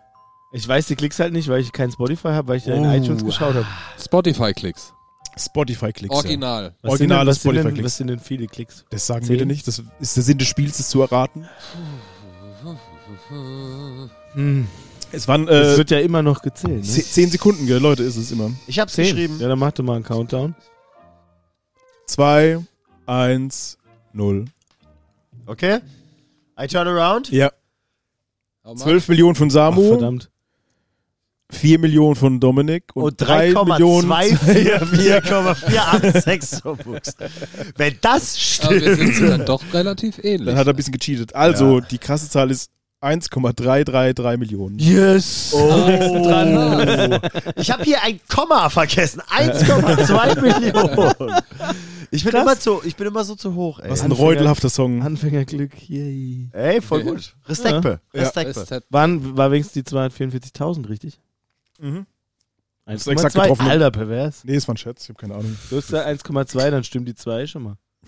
Speaker 4: Ich weiß die Klicks halt nicht, weil ich kein Spotify habe, weil ich ja in
Speaker 5: Oh.
Speaker 4: iTunes geschaut habe.
Speaker 3: Spotify-Klicks.
Speaker 5: Spotify-Klicks. Ja.
Speaker 3: Original.
Speaker 4: Was
Speaker 5: Originale
Speaker 4: sind denn- was sind denn-
Speaker 5: Spotify-Klicks.
Speaker 4: Was sind denn viele Klicks?
Speaker 5: Das sagen
Speaker 4: Zehn.
Speaker 5: wir dir nicht. Das ist der Sinn des Spiels, das zu erraten.
Speaker 4: Hm.
Speaker 5: Es waren
Speaker 4: Das
Speaker 5: äh,
Speaker 4: wird ja immer noch gezählt.
Speaker 5: ze-
Speaker 4: Ne?
Speaker 5: zehn Sekunden, gell? Leute, ist es immer.
Speaker 1: Ich hab's geschrieben.
Speaker 4: Ja, dann mach doch mal einen Countdown.
Speaker 5: Zwei, eins, null.
Speaker 1: Okay. I turn around.
Speaker 5: Ja.
Speaker 3: Aber Mann,
Speaker 5: Zwölf Millionen von
Speaker 4: Ach,
Speaker 5: Samu,
Speaker 4: verdammt.
Speaker 5: vier Millionen von Dominik und,
Speaker 1: Und
Speaker 5: drei Millionen.
Speaker 1: 3,244,486 Buchs. Wenn das
Speaker 3: Aber wir
Speaker 1: stimmt.
Speaker 3: sind sie dann doch relativ ähnlich.
Speaker 5: Dann hat er ein bisschen gecheatet. Also, die krasse Zahl ist 1,333 Millionen.
Speaker 4: Yes!
Speaker 3: Ah.
Speaker 1: Oh. Ich habe hier ein Komma vergessen. 1,2 Millionen. Ich bin, immer zu, ich bin immer so zu hoch, ey.
Speaker 5: Was ein
Speaker 4: Anfänger-
Speaker 5: reudelhafter Song.
Speaker 4: Anfängerglück, yay.
Speaker 1: Ey, voll gut. Respekte.
Speaker 5: Ja.
Speaker 1: Respekte.
Speaker 3: Ist halt-
Speaker 4: Waren, war wenigstens die 244.000 richtig?
Speaker 5: Mhm. Hast du
Speaker 4: 1,2.
Speaker 5: exakt getroffen, ne?
Speaker 4: Alter, pervers.
Speaker 5: Nee, ist mein Schatz, ich habe keine Ahnung.
Speaker 4: Du hast gesagt 1,2, dann stimmt die 2 schon mal.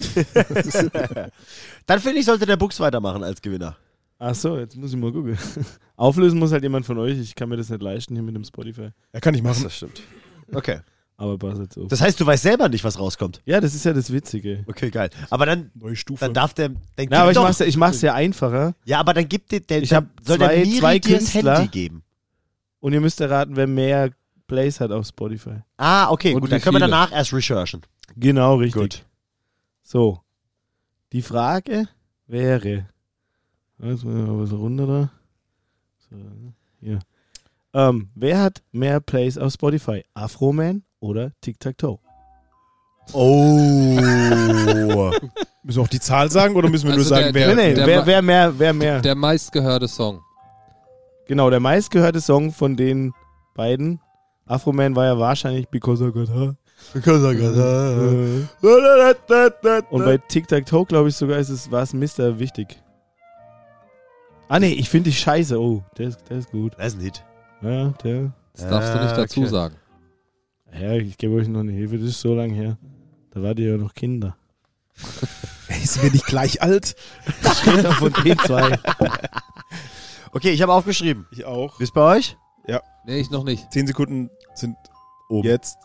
Speaker 1: Dann finde ich, sollte der Buchs weitermachen als Gewinner.
Speaker 4: Ach so, jetzt muss ich mal gucken. Auflösen muss halt jemand von euch. Ich kann mir das nicht leisten hier mit dem Spotify.
Speaker 5: Ja, kann ich machen.
Speaker 1: stimmt. Okay.
Speaker 4: Aber pass jetzt auf.
Speaker 1: Das heißt, du weißt selber nicht, was rauskommt.
Speaker 4: ja, das ist ja das Witzige.
Speaker 1: Okay, geil. Aber dann,
Speaker 5: Neue Stufe.
Speaker 1: dann darf der. Dann gib
Speaker 4: Na, aber ich
Speaker 1: doch-
Speaker 4: mach's, ja- ich mach's ja einfacher.
Speaker 1: Ja, aber dann gibt dir der,
Speaker 4: Ich
Speaker 1: dann
Speaker 4: hab
Speaker 1: soll
Speaker 4: zwei-
Speaker 1: der Miri
Speaker 4: zwei
Speaker 1: dir das
Speaker 4: Künstler.
Speaker 1: Handy geben.
Speaker 4: Und ihr müsst erraten, wer mehr Plays hat auf Spotify.
Speaker 1: Ah, okay,
Speaker 3: Und
Speaker 1: gut,
Speaker 3: wie
Speaker 1: dann können wir
Speaker 3: viele?
Speaker 1: danach erst recherchen.
Speaker 4: Genau, richtig.
Speaker 1: Gut.
Speaker 4: So. Die Frage wäre. Jetzt muss ich mal was runter da. So, hier. Ähm, wer hat mehr Plays auf Spotify? Afro Man oder Tic Tac Toe?
Speaker 1: Oh.
Speaker 5: Müssen wir auch die Zahl sagen oder müssen wir
Speaker 3: Also
Speaker 5: nur sagen,
Speaker 4: Nee,
Speaker 5: wer.
Speaker 4: nee,
Speaker 3: Der
Speaker 4: wer,
Speaker 3: Ma-
Speaker 4: wer mehr, wer mehr.
Speaker 3: Der meistgehörte Song.
Speaker 4: genau, der meistgehörte Song von den beiden. Afroman war ja wahrscheinlich Because I Got Her. Und bei Tic Tac Toe, glaube ich sogar, ist es, war es Mr. Wichtig. Ah nee, ich finde dich scheiße. Oh, der ist, der ist gut.
Speaker 1: das ist ein Hit.
Speaker 4: Ja, der.
Speaker 3: Das darfst du
Speaker 1: Ah,
Speaker 3: nicht dazu
Speaker 1: okay.
Speaker 3: sagen.
Speaker 4: Ja, ich gebe euch noch eine Hilfe, das ist so lange her. Da wart ihr ja noch Kinder.
Speaker 5: Ey, sind wir nicht gleich alt?
Speaker 4: Kinder von den zwei.
Speaker 1: Okay, ich habe aufgeschrieben.
Speaker 5: Ich auch.
Speaker 1: Bis bei euch?
Speaker 3: Nee, ich noch nicht.
Speaker 5: Zehn Sekunden sind
Speaker 1: Oben.
Speaker 5: jetzt.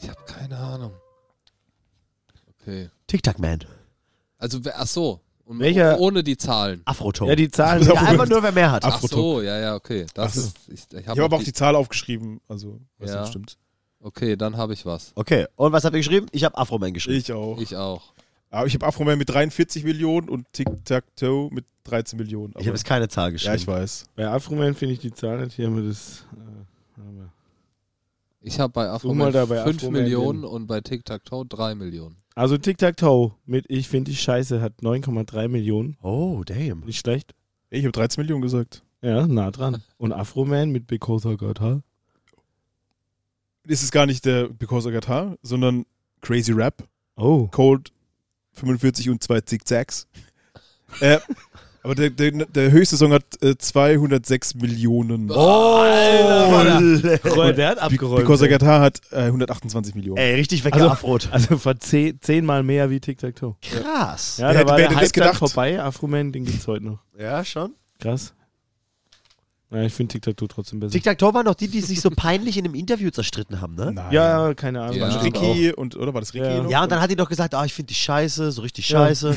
Speaker 3: Ich habe keine Ahnung. Okay.
Speaker 1: Tic-Tac Man.
Speaker 3: Also, wer- ach so. Und
Speaker 4: Welcher-
Speaker 3: Ohne die Zahlen.
Speaker 1: Afro-Tone.
Speaker 4: Ja, die Zahlen.
Speaker 1: ja, einfach nur, wer mehr hat.
Speaker 3: Ach so, ja, ja, okay. Das
Speaker 5: Ach so.
Speaker 3: ist, ich, ich
Speaker 5: Ich
Speaker 3: habe
Speaker 5: habe
Speaker 3: hab
Speaker 5: aber
Speaker 3: auch
Speaker 5: auch die
Speaker 3: die,
Speaker 5: Zahl aufgeschrieben. Also, was
Speaker 3: Ja.
Speaker 5: nicht stimmt.
Speaker 3: okay, dann habe ich was.
Speaker 1: Okay, und was habt ihr geschrieben? Ich habe Afro-Man geschrieben.
Speaker 5: Ich auch.
Speaker 3: Ich auch.
Speaker 5: Aber ich habe Afroman mit 43 Millionen und Tic-Tac-Toe mit 13 Millionen.
Speaker 1: Ich, habe
Speaker 5: Aber-
Speaker 1: jetzt keine Zahl geschrieben.
Speaker 5: ja, ich weiß.
Speaker 4: Bei Afroman finde ich die Zahl nicht. Hier haben wir das. Äh, haben wir.
Speaker 3: Ich habe bei Afro
Speaker 4: mal da bei
Speaker 3: 5
Speaker 4: Afroman
Speaker 3: Millionen und bei Tic Tac Toe 3 Millionen.
Speaker 4: Also Tic Tac Toe mit Ich finde dich scheiße hat 9,3 Millionen.
Speaker 1: Oh, damn.
Speaker 4: Nicht schlecht.
Speaker 5: Ich habe 13 Millionen gesagt.
Speaker 4: Ja, nah dran. Und Afroman mit Because I Got Her.
Speaker 5: Ist es gar nicht der Because I Got Her, sondern Crazy Rap,
Speaker 4: Oh.
Speaker 5: Cold 45 und zwei Zigzags. äh, aber der, der, der höchste Song hat äh, 206 Millionen.
Speaker 1: Oh,
Speaker 4: Boah, der hat
Speaker 5: Be-
Speaker 4: abgeräumt.
Speaker 5: Because I
Speaker 4: ey.
Speaker 5: Got Her hat äh, 128 Millionen.
Speaker 1: Ey, richtig
Speaker 4: Also-
Speaker 1: weggeafrot.
Speaker 4: also war zehn, zehnmal mehr wie Tic Tac Toe.
Speaker 1: Krass.
Speaker 4: Ja,
Speaker 5: Wer
Speaker 4: da
Speaker 5: hätte-
Speaker 4: war
Speaker 5: wer
Speaker 4: der
Speaker 5: hätte das
Speaker 4: Hype gedacht?
Speaker 5: gedacht?
Speaker 4: vorbei. Afroman, den gibt's heute noch.
Speaker 1: Ja, schon.
Speaker 4: Krass. Naja, ich finde Tic Tac Toe trotzdem besser.
Speaker 1: Tic-Tac-Toe waren doch die, die sich so peinlich in einem Interview zerstritten haben, ne?
Speaker 5: Nein.
Speaker 4: ja, keine Ahnung.
Speaker 3: Ja.
Speaker 4: War schon-
Speaker 5: Ricky und, oder war das Ricky?
Speaker 4: Ja.
Speaker 5: noch?
Speaker 1: Ja, und dann hat die doch gesagt, ah, ich finde dich scheiße, so richtig
Speaker 4: Ja.
Speaker 1: scheiße.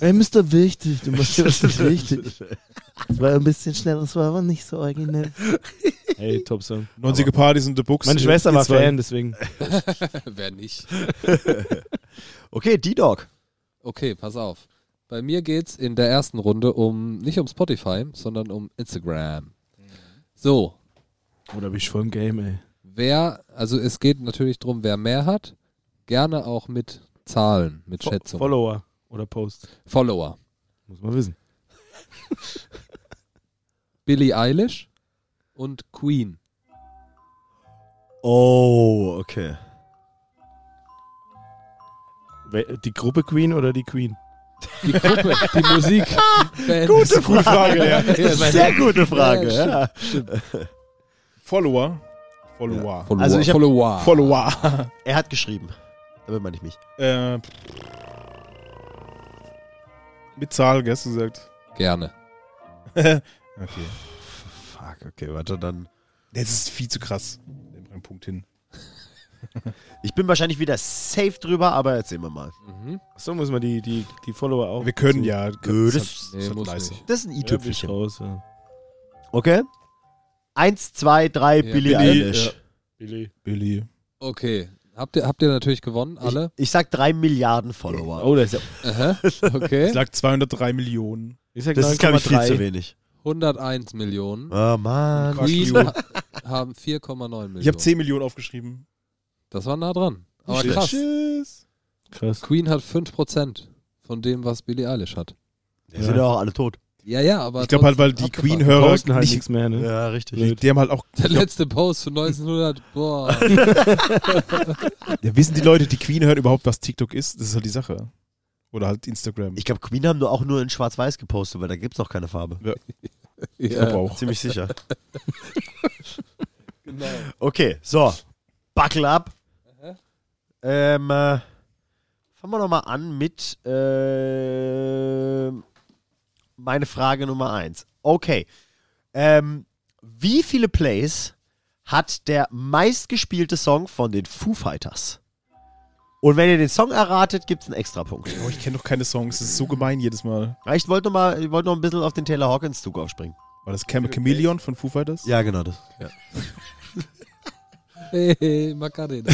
Speaker 4: Ey, Mr. Wichtig, du machst das nicht richtig. Es war ein bisschen schnell, es war aber nicht so originell. Ey, Top Song.
Speaker 5: 90er Partys und The Books.
Speaker 4: Meine
Speaker 5: Ihr-
Speaker 4: Schwester
Speaker 5: ihr
Speaker 4: war
Speaker 5: zwei.
Speaker 4: Fan, deswegen.
Speaker 3: Wer nicht?
Speaker 1: Okay, D-Dog.
Speaker 3: Okay, pass auf. Bei mir geht's in der ersten Runde um nicht um Spotify, sondern um Instagram. So,
Speaker 4: Oder bin ich voll im Game, ey.
Speaker 3: wer, also es geht natürlich drum, wer mehr hat, gerne auch mit Zahlen, mit
Speaker 4: Fo-
Speaker 3: Schätzungen.
Speaker 4: Follower oder Post.
Speaker 3: Follower.
Speaker 4: Muss man wissen.
Speaker 3: Billie Eilish und Queen.
Speaker 1: Oh, okay.
Speaker 4: Wel- Die Gruppe Queen oder die Queen?
Speaker 3: Die Gruppe, die Musik. Band.
Speaker 1: Ah, Gute
Speaker 5: Gute Frage, ja.
Speaker 3: Ja, meine-
Speaker 1: Sehr gute Frage.
Speaker 3: Ja,
Speaker 1: Ja,
Speaker 5: Follower. Follower.
Speaker 3: Follower.
Speaker 1: Also ich hab-
Speaker 3: Follower.
Speaker 5: Follower.
Speaker 1: Er hat geschrieben. Damit meine ich mich.
Speaker 5: Äh, mit Zahl, gell, hast du gesagt.
Speaker 3: Gerne.
Speaker 5: Okay.
Speaker 1: Fuck, okay, warte, dann.
Speaker 5: Das ist viel zu krass. Den bringt einen Punkt hin.
Speaker 1: Ich bin wahrscheinlich wieder safe drüber, aber erzählen wir mal.
Speaker 3: Mhm.
Speaker 4: Achso, muss man die, die, die Follower auch.
Speaker 5: Wir können
Speaker 4: zu-
Speaker 5: ja.
Speaker 1: Nö,
Speaker 5: das
Speaker 3: Nee,
Speaker 5: hat
Speaker 3: muss
Speaker 5: leise.
Speaker 3: nicht.
Speaker 1: Das ist ein
Speaker 4: Ja, bin ich
Speaker 1: i-Tüpfelchen.
Speaker 4: raus. Ja.
Speaker 1: Okay? Eins, zwei, drei,
Speaker 3: Ja,
Speaker 1: Billie
Speaker 5: Billie,
Speaker 1: Eilish.
Speaker 5: ja.
Speaker 4: Billy.
Speaker 5: Billy.
Speaker 3: Okay. Habt ihr, habt ihr natürlich gewonnen, alle?
Speaker 1: Ich, ich sag drei Milliarden Follower.
Speaker 4: Oh, das ist ja.
Speaker 3: Aha.
Speaker 5: Ich
Speaker 3: Okay.
Speaker 5: sag 203 Millionen.
Speaker 4: Ich sag
Speaker 1: das ist, glaube ich, viel zu
Speaker 4: 9,3.
Speaker 1: wenig.
Speaker 3: 101 Millionen.
Speaker 1: Oh, Mann.
Speaker 5: Quatsch,
Speaker 3: Queen
Speaker 5: Millionen.
Speaker 3: ha- haben 4,9 Millionen.
Speaker 5: Ich habe 10 Millionen aufgeschrieben.
Speaker 3: Das war nah dran. Aber
Speaker 1: schlecht.
Speaker 3: krass.
Speaker 5: Tschüss.
Speaker 4: Krass.
Speaker 3: Queen hat 5% von dem, was Billie Eilish hat.
Speaker 1: Die sind ja auch alle tot.
Speaker 3: Ja, ja, aber.
Speaker 5: Ich glaube halt, weil die
Speaker 3: trotzdem abgefahren.
Speaker 5: Queen-Hörer
Speaker 4: Posten halt
Speaker 5: nicht.
Speaker 4: nichts mehr, ne?
Speaker 1: Ja, richtig.
Speaker 5: Die, die haben halt auch.
Speaker 3: Der letzte Post von 1900. Boah.
Speaker 5: Ja, wissen die Leute, die Queen hören, überhaupt, was TikTok ist? Das ist halt die Sache. Oder halt Instagram.
Speaker 1: Ich glaube, Queen haben nur auch nur in Schwarz-Weiß gepostet, weil da gibt's noch keine Farbe.
Speaker 5: glaub
Speaker 3: ja,
Speaker 5: auch.
Speaker 1: Ziemlich sicher.
Speaker 3: genau.
Speaker 1: Okay, so. Buckle up.
Speaker 3: Aha.
Speaker 1: Ähm, äh, fangen wir nochmal an mit äh, meine Frage Nummer eins. Okay. Ähm, wie viele Plays hat der meistgespielte Song von den Foo Fighters? Und wenn ihr den Song erratet, gibt's einen Extrapunkt.
Speaker 5: Oh, ich kenne doch keine Songs. Das ist so gemein jedes Mal.
Speaker 1: Ja, Ich wollte noch, mal, ich wollte noch ein bisschen auf den Taylor Hawkins-Zug aufspringen.
Speaker 5: War das Cam Chameleon von Foo Fighters?
Speaker 1: Ja, genau das.
Speaker 3: Hey, hey, Macarena.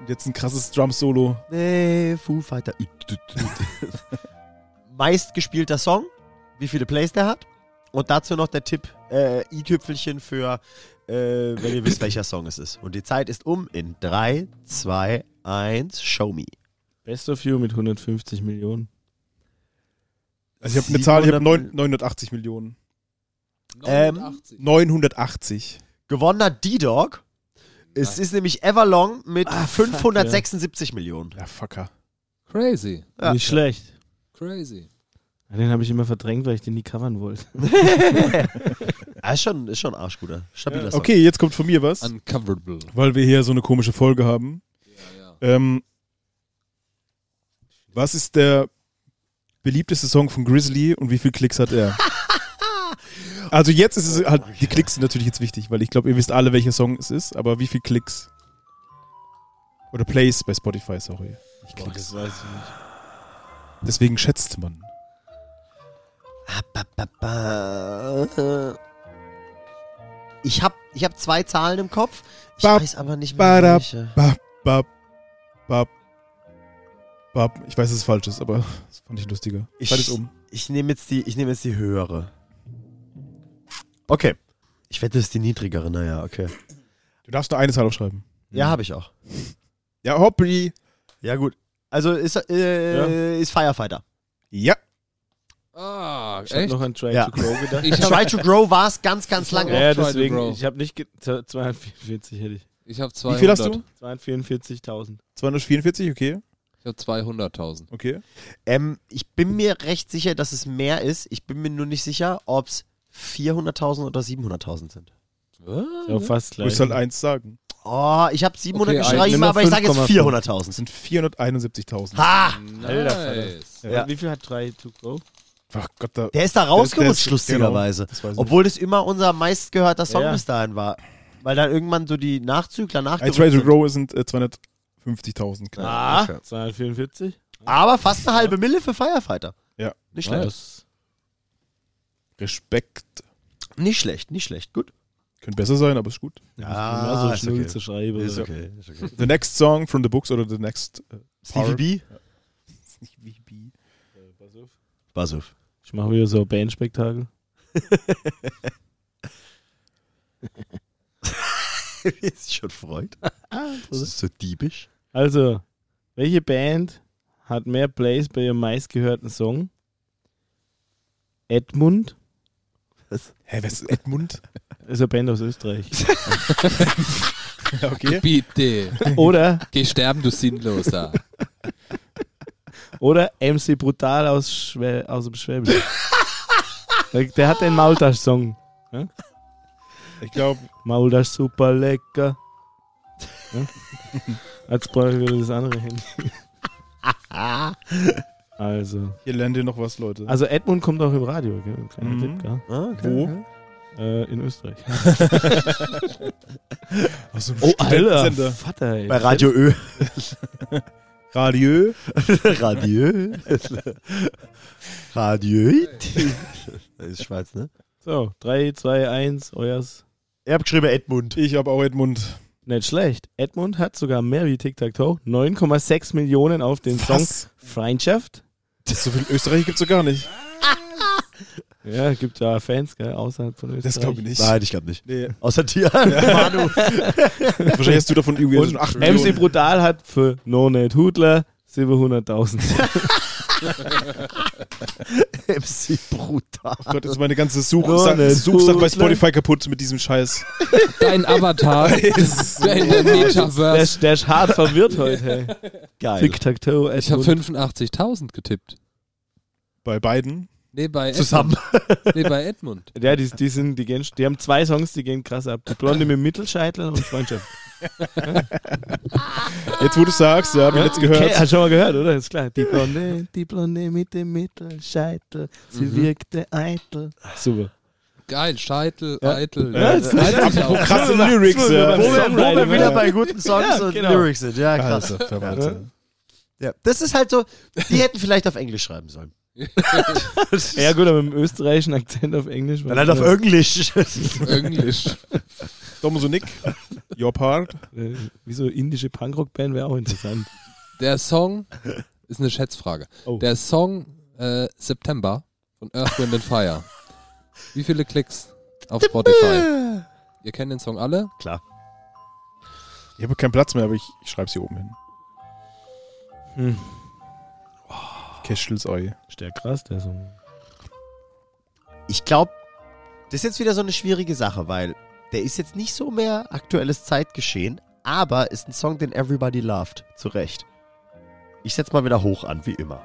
Speaker 5: Und jetzt ein krasses Drum-Solo.
Speaker 1: Nee, Foo Fighter. Meistgespielter Song, wie viele Plays der hat Und dazu noch der Tipp, äh, i-Tüpfelchen für, äh, wenn ihr wisst, welcher Song es ist. Und die Zeit ist um in 3, 2, 1, show me.
Speaker 4: Best of You mit 150 Millionen.
Speaker 5: Also ich habe eine Zahl, ich habe
Speaker 1: 700
Speaker 5: 980 Millionen.
Speaker 1: Ähm,
Speaker 3: 89.
Speaker 5: 980.
Speaker 1: Gewonnen hat D-Dog. Es ist nämlich Everlong mit
Speaker 4: Ah, fuck,
Speaker 1: 576 Millionen.
Speaker 5: Ja, fucker.
Speaker 3: Crazy,
Speaker 1: Ja.
Speaker 4: Nicht schlecht.
Speaker 3: crazy.
Speaker 4: Den habe ich immer verdrängt, weil ich den nie covern wollte.
Speaker 1: Ah, ist schon, ist schon arschguter. Stabiler Song.
Speaker 5: Okay, jetzt kommt von mir was,
Speaker 3: Uncoverable.
Speaker 5: weil wir hier so eine komische Folge haben. Ähm, was ist der beliebteste Song von Grizzly und wie viele Klicks hat er? also jetzt ist es halt, die Klicks sind natürlich jetzt wichtig, weil ich glaube, ihr wisst alle, welcher Song es ist, aber wie viele Klicks? Oder Plays bei Spotify, sorry. Nicht Klicks. Deswegen schätzt man.
Speaker 1: Ah, ba, ba, ba. Ich habe ich hab zwei Zahlen im Kopf. Ich
Speaker 5: Ba-
Speaker 1: weiß aber nicht mehr
Speaker 5: bada-
Speaker 1: welche.
Speaker 5: Bap, bap, bap, bap. Ich weiß, dass es falsch ist, aber das fand ich lustiger.
Speaker 1: Ich-
Speaker 5: Schalt es um.
Speaker 1: Ich nehme jetzt, die- ich nehm jetzt die höhere. Okay. Ich wette, es ist die niedrigere. Naja, okay.
Speaker 5: Du darfst nur eine Zahl aufschreiben.
Speaker 1: Ja, habe ich auch.
Speaker 5: Ja, Hoppli.
Speaker 1: Ja, gut. Also ist, äh, ist Firefighter.
Speaker 5: Ja.
Speaker 3: Ah,
Speaker 4: Ich habe
Speaker 3: echt?
Speaker 4: noch an Try
Speaker 1: Ja.
Speaker 4: to Grow gedacht.
Speaker 3: Ich
Speaker 1: Try
Speaker 3: habe
Speaker 1: to Grow war es ganz, ganz lange.
Speaker 4: ja,
Speaker 3: Try to
Speaker 4: deswegen.
Speaker 3: Grow.
Speaker 4: Ich habe nicht. ge- 244 hätte ich.
Speaker 3: ich hab 200.
Speaker 5: Wie viel hast du?
Speaker 4: 244.000.
Speaker 5: 244, okay.
Speaker 3: Ich habe 200.000.
Speaker 5: Okay.
Speaker 1: Ähm, ich bin mir recht sicher, dass es mehr ist. Ich bin mir nur nicht sicher, ob es 400.000 oder 700.000 sind.
Speaker 3: Mhm.
Speaker 4: Ja, fast
Speaker 5: Du
Speaker 4: gleich.
Speaker 5: musst halt eins sagen.
Speaker 1: Oh, ich habe 700
Speaker 3: Okay, ich
Speaker 1: geschrieben,
Speaker 4: nehme
Speaker 1: aber ich sage jetzt
Speaker 4: 5,5.
Speaker 5: Das
Speaker 1: 400.000.
Speaker 5: sind 471.000.
Speaker 1: Ha!
Speaker 4: Alter Vater.
Speaker 3: Nice.
Speaker 5: Ja.
Speaker 4: Wie viel hat Try to Grow?
Speaker 5: Ach Gott, da.
Speaker 1: Der ist da
Speaker 5: Das-
Speaker 1: rausgerutscht,
Speaker 5: das-
Speaker 1: lustigerweise.
Speaker 5: genau, das weiß ich
Speaker 1: Obwohl das immer unser meistgehörter Song
Speaker 4: Ja, ja.
Speaker 1: bis dahin war. Weil dann irgendwann so die Nachzügler
Speaker 5: Ein
Speaker 1: nachgerückt
Speaker 5: Try to
Speaker 1: sind.
Speaker 5: Grow sind äh, 250.000. knapp.
Speaker 1: Ah,
Speaker 4: 244?
Speaker 1: aber fast eine halbe Mille für Firefighter.
Speaker 5: Ja.
Speaker 1: Nicht schlecht.
Speaker 3: nice.
Speaker 5: Respekt.
Speaker 1: Nicht schlecht, nicht schlecht. Gut.
Speaker 5: Könnte besser sein, aber ist gut.
Speaker 1: Ah,
Speaker 4: so
Speaker 1: ist
Speaker 4: schnell
Speaker 1: okay.
Speaker 4: zu schreiben.
Speaker 1: Ist
Speaker 4: Ja.
Speaker 1: okay. Ist okay.
Speaker 5: The next song from the books oder the next. Äh,
Speaker 1: Stevie B.
Speaker 5: B.
Speaker 1: Pass auf.
Speaker 4: Ich mache wieder so ein Bandspektakel.
Speaker 1: ist schon freut. Das ist so diebisch.
Speaker 4: Also, welche Band hat mehr Plays bei ihrem meistgehörten Song? Edmund?
Speaker 5: Hä, was ist Edmund?
Speaker 4: Ist eine Band aus Österreich.
Speaker 5: ja, okay.
Speaker 3: Bitte.
Speaker 4: Oder,
Speaker 3: Geh sterben, du Sinnloser.
Speaker 4: oder MC Brutal aus, Schwä aus dem Schwäbisch. Der- Der hat den Maultasch-Song.
Speaker 5: Ich glaube,
Speaker 4: Maultasch super lecker. Ja? Als brauche ich wieder das andere Handy. Also.
Speaker 5: hier lernt ihr noch was, Leute.
Speaker 4: Also Edmund kommt auch im Radio, gell? Kleiner
Speaker 5: Mhm.
Speaker 4: Tipp, gell?
Speaker 1: Ah, okay.
Speaker 5: Wo?
Speaker 4: Äh, in Österreich.
Speaker 5: Aus dem
Speaker 1: Oh,
Speaker 4: Alter,
Speaker 5: Studentensender.
Speaker 4: Vater, ey.
Speaker 1: Bei Radio Ö.
Speaker 5: Radio.
Speaker 1: Radio. Radio. Das ist Schweiz, ne?
Speaker 4: So, 3, 2, 1, euers.
Speaker 1: Er hat geschrieben Edmund.
Speaker 5: Ich habe auch Edmund.
Speaker 4: Nicht schlecht. Edmund hat sogar mehr wie Tic-Tac-Toe. 9,6 Millionen auf den Song Freundschaft.
Speaker 5: Das so viel Österreich gibt's doch gar nicht.
Speaker 4: Ja, gibt ja Fans, gell, außerhalb von Österreich.
Speaker 5: Das glaube ich nicht.
Speaker 1: Nein, ich glaube nicht.
Speaker 5: Nee.
Speaker 1: Außer dir. Manu.
Speaker 5: Wahrscheinlich hast du davon irgendwie
Speaker 4: Und
Speaker 5: so 8
Speaker 4: MC
Speaker 5: Millionen.
Speaker 4: Brutal hat für No Net Hudler 700.000.
Speaker 1: MC brutal.
Speaker 5: Oh Gott, ist meine ganze Suchsache
Speaker 4: Rolle,
Speaker 5: Suchsache bei
Speaker 4: Google.
Speaker 5: Spotify kaputt mit diesem Scheiß.
Speaker 3: Dein Avatar. Dein der
Speaker 4: Der,
Speaker 3: Metaverse.
Speaker 4: ist- der ist hart verwirrt heute. Hey.
Speaker 1: Geil.
Speaker 4: Tic-Tac-Toe,
Speaker 3: Ich habe
Speaker 4: Edmund.
Speaker 3: 85.000 getippt.
Speaker 5: Bei beiden.
Speaker 3: Nee, bei
Speaker 1: Zusammen.
Speaker 3: Edmund. Nee, bei Edmund.
Speaker 4: Ja, die, die, sind, die, gehen, die haben zwei Songs, die gehen krass ab. Die Blonde mit dem Mittelscheitel und Freundschaft.
Speaker 5: Jetzt, wo du sagst, ja, hab ich jetzt gehört.
Speaker 4: Okay, hast du schon mal gehört, oder? Ist klar. Die Blonde, die Blonde mit dem Mittelscheitel, sie wirkte eitel. Super.
Speaker 3: Geil, Scheitel,
Speaker 4: Ja.
Speaker 3: Eitel.
Speaker 4: Ja,
Speaker 3: Ja,
Speaker 4: das-
Speaker 3: weiß ich auch.
Speaker 5: Krasse Lyrics.
Speaker 1: Wo
Speaker 5: Ja.
Speaker 1: wir, wo wir
Speaker 4: Songwriting,
Speaker 1: wieder
Speaker 4: ja.
Speaker 1: bei guten Songs
Speaker 4: Ja,
Speaker 1: und
Speaker 4: genau.
Speaker 1: Lyrics sind. Ja, krass.
Speaker 5: Also, Verwalter.
Speaker 1: Ja. Das ist halt so, die hätten vielleicht auf Englisch schreiben sollen.
Speaker 4: Ja gut, aber mit dem österreichischen Akzent auf Englisch. war-
Speaker 1: Dann halt auf Englisch.
Speaker 3: Englisch.
Speaker 5: Dom so Nick. Your part.
Speaker 4: Äh, Wie so eine indische Punkrock-Band wäre auch interessant.
Speaker 3: Der Song ist eine Schätzfrage.
Speaker 4: Oh.
Speaker 3: Der Song äh, September von Earth, Wind and Fire Wie viele Klicks auf Spotify? Ihr kennt den Song alle?
Speaker 1: Klar.
Speaker 5: Ich habe keinen Platz mehr, aber ich, ich schreibe sie oben hin.
Speaker 4: Hm.
Speaker 5: Keschels Ei.
Speaker 4: Ist der krass, der Song.
Speaker 1: Ich glaube, das ist jetzt wieder so eine schwierige Sache, weil der ist jetzt nicht so mehr aktuelles Zeitgeschehen, aber ist ein Song, den everybody loved. Zu Recht. Ich setz mal wieder hoch an, wie immer.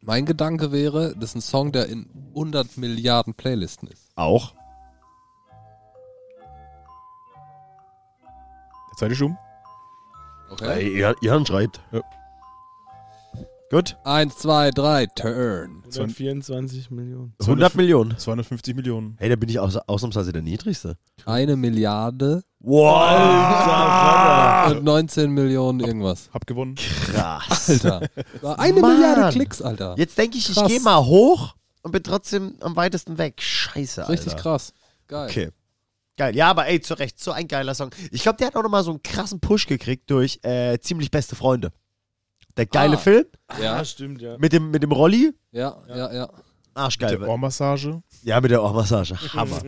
Speaker 3: Mein Gedanke wäre, das ist ein Song, der in 100 Milliarden Playlisten ist.
Speaker 1: Auch.
Speaker 5: Der zweite Schum.
Speaker 3: Okay?
Speaker 1: ihr, schreibt.
Speaker 5: Ja.
Speaker 1: Gut.
Speaker 3: Eins, zwei, drei, turn.
Speaker 4: 124 Millionen.
Speaker 1: 100 Millionen.
Speaker 5: 250 Millionen.
Speaker 1: Hey, da bin ich aus, ausnahmsweise der Niedrigste.
Speaker 3: Eine Milliarde
Speaker 1: Wow.
Speaker 3: und 19 Millionen irgendwas.
Speaker 5: Hab gewonnen.
Speaker 1: Krass.
Speaker 3: Alter. Eine
Speaker 1: Mann.
Speaker 3: Milliarde Klicks, Alter.
Speaker 1: Jetzt denke ich, ich
Speaker 3: Krass.
Speaker 1: gehe mal hoch und bin trotzdem am weitesten weg. Scheiße, Alter.
Speaker 3: Richtig krass. Geil.
Speaker 1: Okay. Geil. Ja, aber ey, zu Recht, so ein geiler Song. Ich glaube, der hat auch nochmal so einen krassen Push gekriegt durch äh, Ziemlich Beste Freunde. Der geile
Speaker 3: Ah.
Speaker 1: Film
Speaker 3: Ja,
Speaker 4: Ja, stimmt, ja.
Speaker 1: mit dem, mit dem Rolli.
Speaker 3: ja, ja, ja.
Speaker 1: Arschgeil.
Speaker 5: Der Ohrmassage.
Speaker 1: ja, mit der Ohrmassage. Hammer.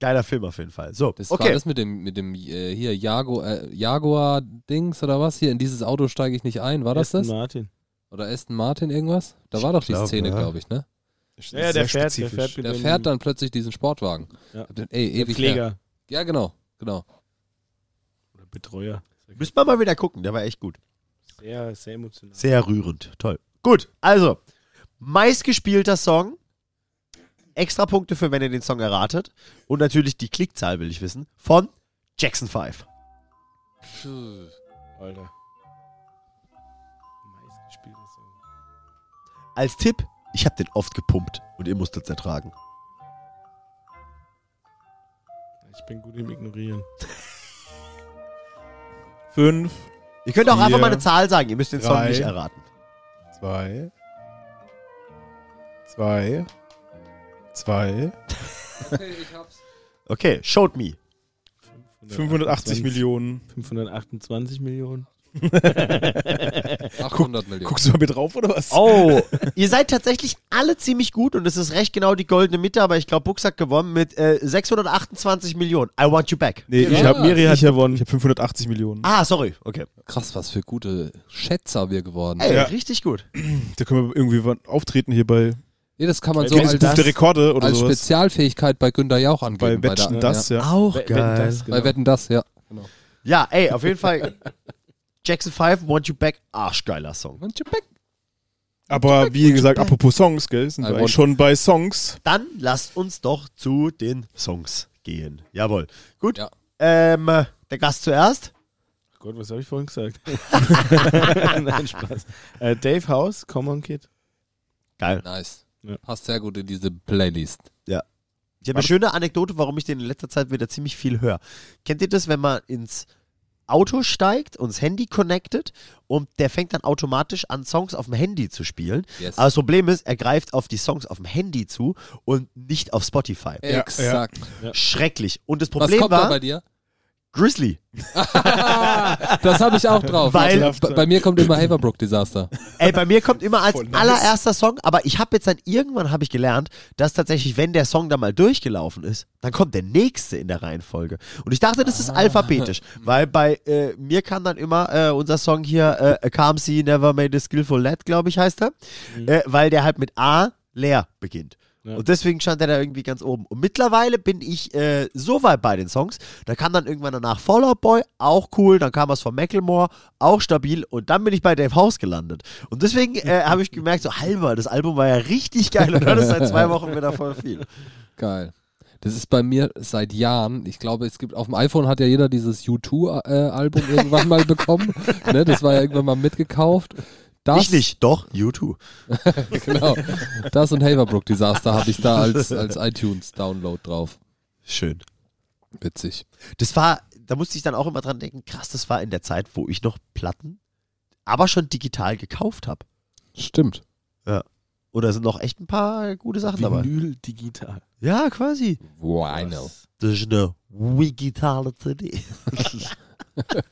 Speaker 1: Geiler Film auf jeden Fall. So,
Speaker 3: Das war
Speaker 1: okay.
Speaker 3: das mit dem, mit dem äh, hier Jaguar, äh, Jaguar-Dings oder was? Hier, in dieses Auto steige ich nicht ein. War das
Speaker 4: Aston
Speaker 3: das?
Speaker 4: Martin.
Speaker 3: Oder Aston Martin irgendwas? Da war doch die
Speaker 1: glaub,
Speaker 3: Szene,
Speaker 1: ja.
Speaker 3: glaube ich, ne?
Speaker 5: Ist
Speaker 4: Ja, ja, der
Speaker 5: sehr
Speaker 4: fährt, der
Speaker 5: spezifisch.
Speaker 4: fährt, mit
Speaker 3: Der
Speaker 4: dem-
Speaker 3: fährt dann plötzlich diesen Sportwagen.
Speaker 4: Ja.
Speaker 3: Den- Ey,
Speaker 4: der
Speaker 3: ewig her.
Speaker 4: Pfleger
Speaker 3: Ja, genau, genau.
Speaker 4: oder Betreuer.
Speaker 1: Müssen wir mal wieder gucken. Der war echt gut.
Speaker 4: Sehr, sehr emotional.
Speaker 1: Sehr rührend. Toll. Gut, also, meistgespielter Song. Extra Punkte für, wenn ihr den Song erratet. Und natürlich die Klickzahl, will ich wissen, von Jackson 5.
Speaker 4: Alter. Meistgespielter Song.
Speaker 1: Als Tipp, ich habe den oft gepumpt und ihr musstet es ertragen.
Speaker 4: Ich bin gut im Ignorieren.
Speaker 5: Fünf,
Speaker 1: Ihr könnt auch
Speaker 5: Vier,
Speaker 1: einfach mal eine Zahl sagen, ihr müsst den Song
Speaker 5: drei.
Speaker 1: nicht erraten.
Speaker 5: zwei, zwei, zwei,
Speaker 3: Ich hab's.
Speaker 1: Okay, showed me.
Speaker 5: 580 Millionen.
Speaker 4: 528 Millionen.
Speaker 3: 800 Millionen.
Speaker 5: Guckst du mal mit drauf oder was?
Speaker 1: Oh, ihr seid tatsächlich alle ziemlich gut und es ist recht genau die goldene Mitte, aber ich glaube, Buchs hat gewonnen mit äh, 628 Millionen. I want you back.
Speaker 5: Nee, ich
Speaker 3: Ja.
Speaker 5: hab, Miri hat
Speaker 4: Ich gewonnen.
Speaker 5: Ich habe 580 Millionen.
Speaker 1: Ah, sorry. Okay.
Speaker 3: Krass, was für gute Schätzer wir geworden sind.
Speaker 1: Ey,
Speaker 5: Ja.
Speaker 1: richtig gut.
Speaker 5: Da können wir irgendwie wann auftreten hier bei
Speaker 3: Nee, das kann man
Speaker 4: Ey,
Speaker 3: so
Speaker 4: Guinness
Speaker 3: als,
Speaker 5: Buch der Rekorde oder
Speaker 3: als
Speaker 5: sowas.
Speaker 3: Spezialfähigkeit bei Günter Jauch
Speaker 5: Bei
Speaker 3: angeben.
Speaker 5: Wetten
Speaker 3: der-
Speaker 5: das, ja.
Speaker 1: Auch
Speaker 4: Wenn- wenn
Speaker 1: geil.
Speaker 4: das,
Speaker 3: Ja.
Speaker 4: genau.
Speaker 3: Bei Wetten das, ja. Genau.
Speaker 1: Ja, ey, auf jeden Fall. Jackson 5, Want You Back, arschgeiler Song.
Speaker 3: Und Chipek.
Speaker 5: Aber wie gesagt, apropos Songs, gell, sind
Speaker 3: I
Speaker 5: wir
Speaker 3: want-
Speaker 5: eigentlich schon bei Songs.
Speaker 1: Dann lasst uns doch zu den Songs gehen. Jawohl. Gut.
Speaker 3: Ja.
Speaker 1: Ähm, der Gast zuerst.
Speaker 4: Gott, was habe ich vorhin gesagt? Nein, Spaß. Äh, Dave House, Come on Kid.
Speaker 1: Geil.
Speaker 3: Nice.
Speaker 4: Ja.
Speaker 3: Passt sehr gut in diese Playlist.
Speaker 1: Ich habe eine schöne Anekdote, warum ich den in letzter Zeit wieder ziemlich viel höre. Kennt ihr das, wenn man ins Auto steigt und das Handy connectet und der fängt dann automatisch an, Songs auf dem Handy zu spielen?
Speaker 3: Yes.
Speaker 1: Aber das Problem ist, er greift auf die Songs auf dem Handy zu und nicht auf Spotify.
Speaker 3: Exakt.
Speaker 1: Schrecklich. Und das
Speaker 3: Was
Speaker 1: Problem
Speaker 3: kommt da
Speaker 1: war
Speaker 3: bei dir?
Speaker 1: Grizzly.
Speaker 3: Das habe ich auch drauf.
Speaker 1: Weil-
Speaker 3: Also, bei, bei mir kommt immer Haverbrook Desaster.
Speaker 1: Ey, bei mir kommt immer als
Speaker 5: Voll nice.
Speaker 1: allererster Song, aber ich habe jetzt dann irgendwann habe ich gelernt, dass tatsächlich, wenn der Song dann mal durchgelaufen ist, dann kommt der nächste in der Reihenfolge. Und ich dachte, das ist alphabetisch, weil bei äh, mir kam dann immer äh, unser Song hier äh, Kamsi Never Made a Skillful Lad, glaube ich, heißt er,
Speaker 5: Mhm.
Speaker 1: äh, weil der halt mit A leer beginnt.
Speaker 4: Ja.
Speaker 1: Und deswegen stand der da irgendwie ganz oben. Und mittlerweile bin ich äh, so weit bei den Songs. Da kam dann irgendwann danach Fallout Boy, auch cool. Dann kam was von Macklemore, auch stabil. Und dann bin ich bei Dave House gelandet. Und deswegen äh, habe ich gemerkt, so halber, das Album war ja richtig geil. Und dann ist seit zwei Wochen wieder voll viel.
Speaker 3: Geil. Das ist bei mir seit Jahren. Ich glaube, es gibt auf dem iPhone hat ja jeder dieses U2-Album irgendwann mal bekommen. ne, das war ja irgendwann mal mitgekauft. Das,
Speaker 1: Ich nicht, doch, U2.
Speaker 3: Genau. Das und Haverbrook Desaster habe ich da als, als iTunes-Download drauf.
Speaker 1: Schön.
Speaker 3: Witzig.
Speaker 1: Das war, da musste ich dann auch immer dran denken, krass, das war in der Zeit, wo ich noch Platten, aber schon digital gekauft habe.
Speaker 3: Stimmt.
Speaker 1: Und da sind noch echt ein paar gute Sachen dabei.
Speaker 4: Vinyl digital.
Speaker 1: Ja, quasi.
Speaker 3: Wow, I know.
Speaker 1: Das ist eine digitale CD.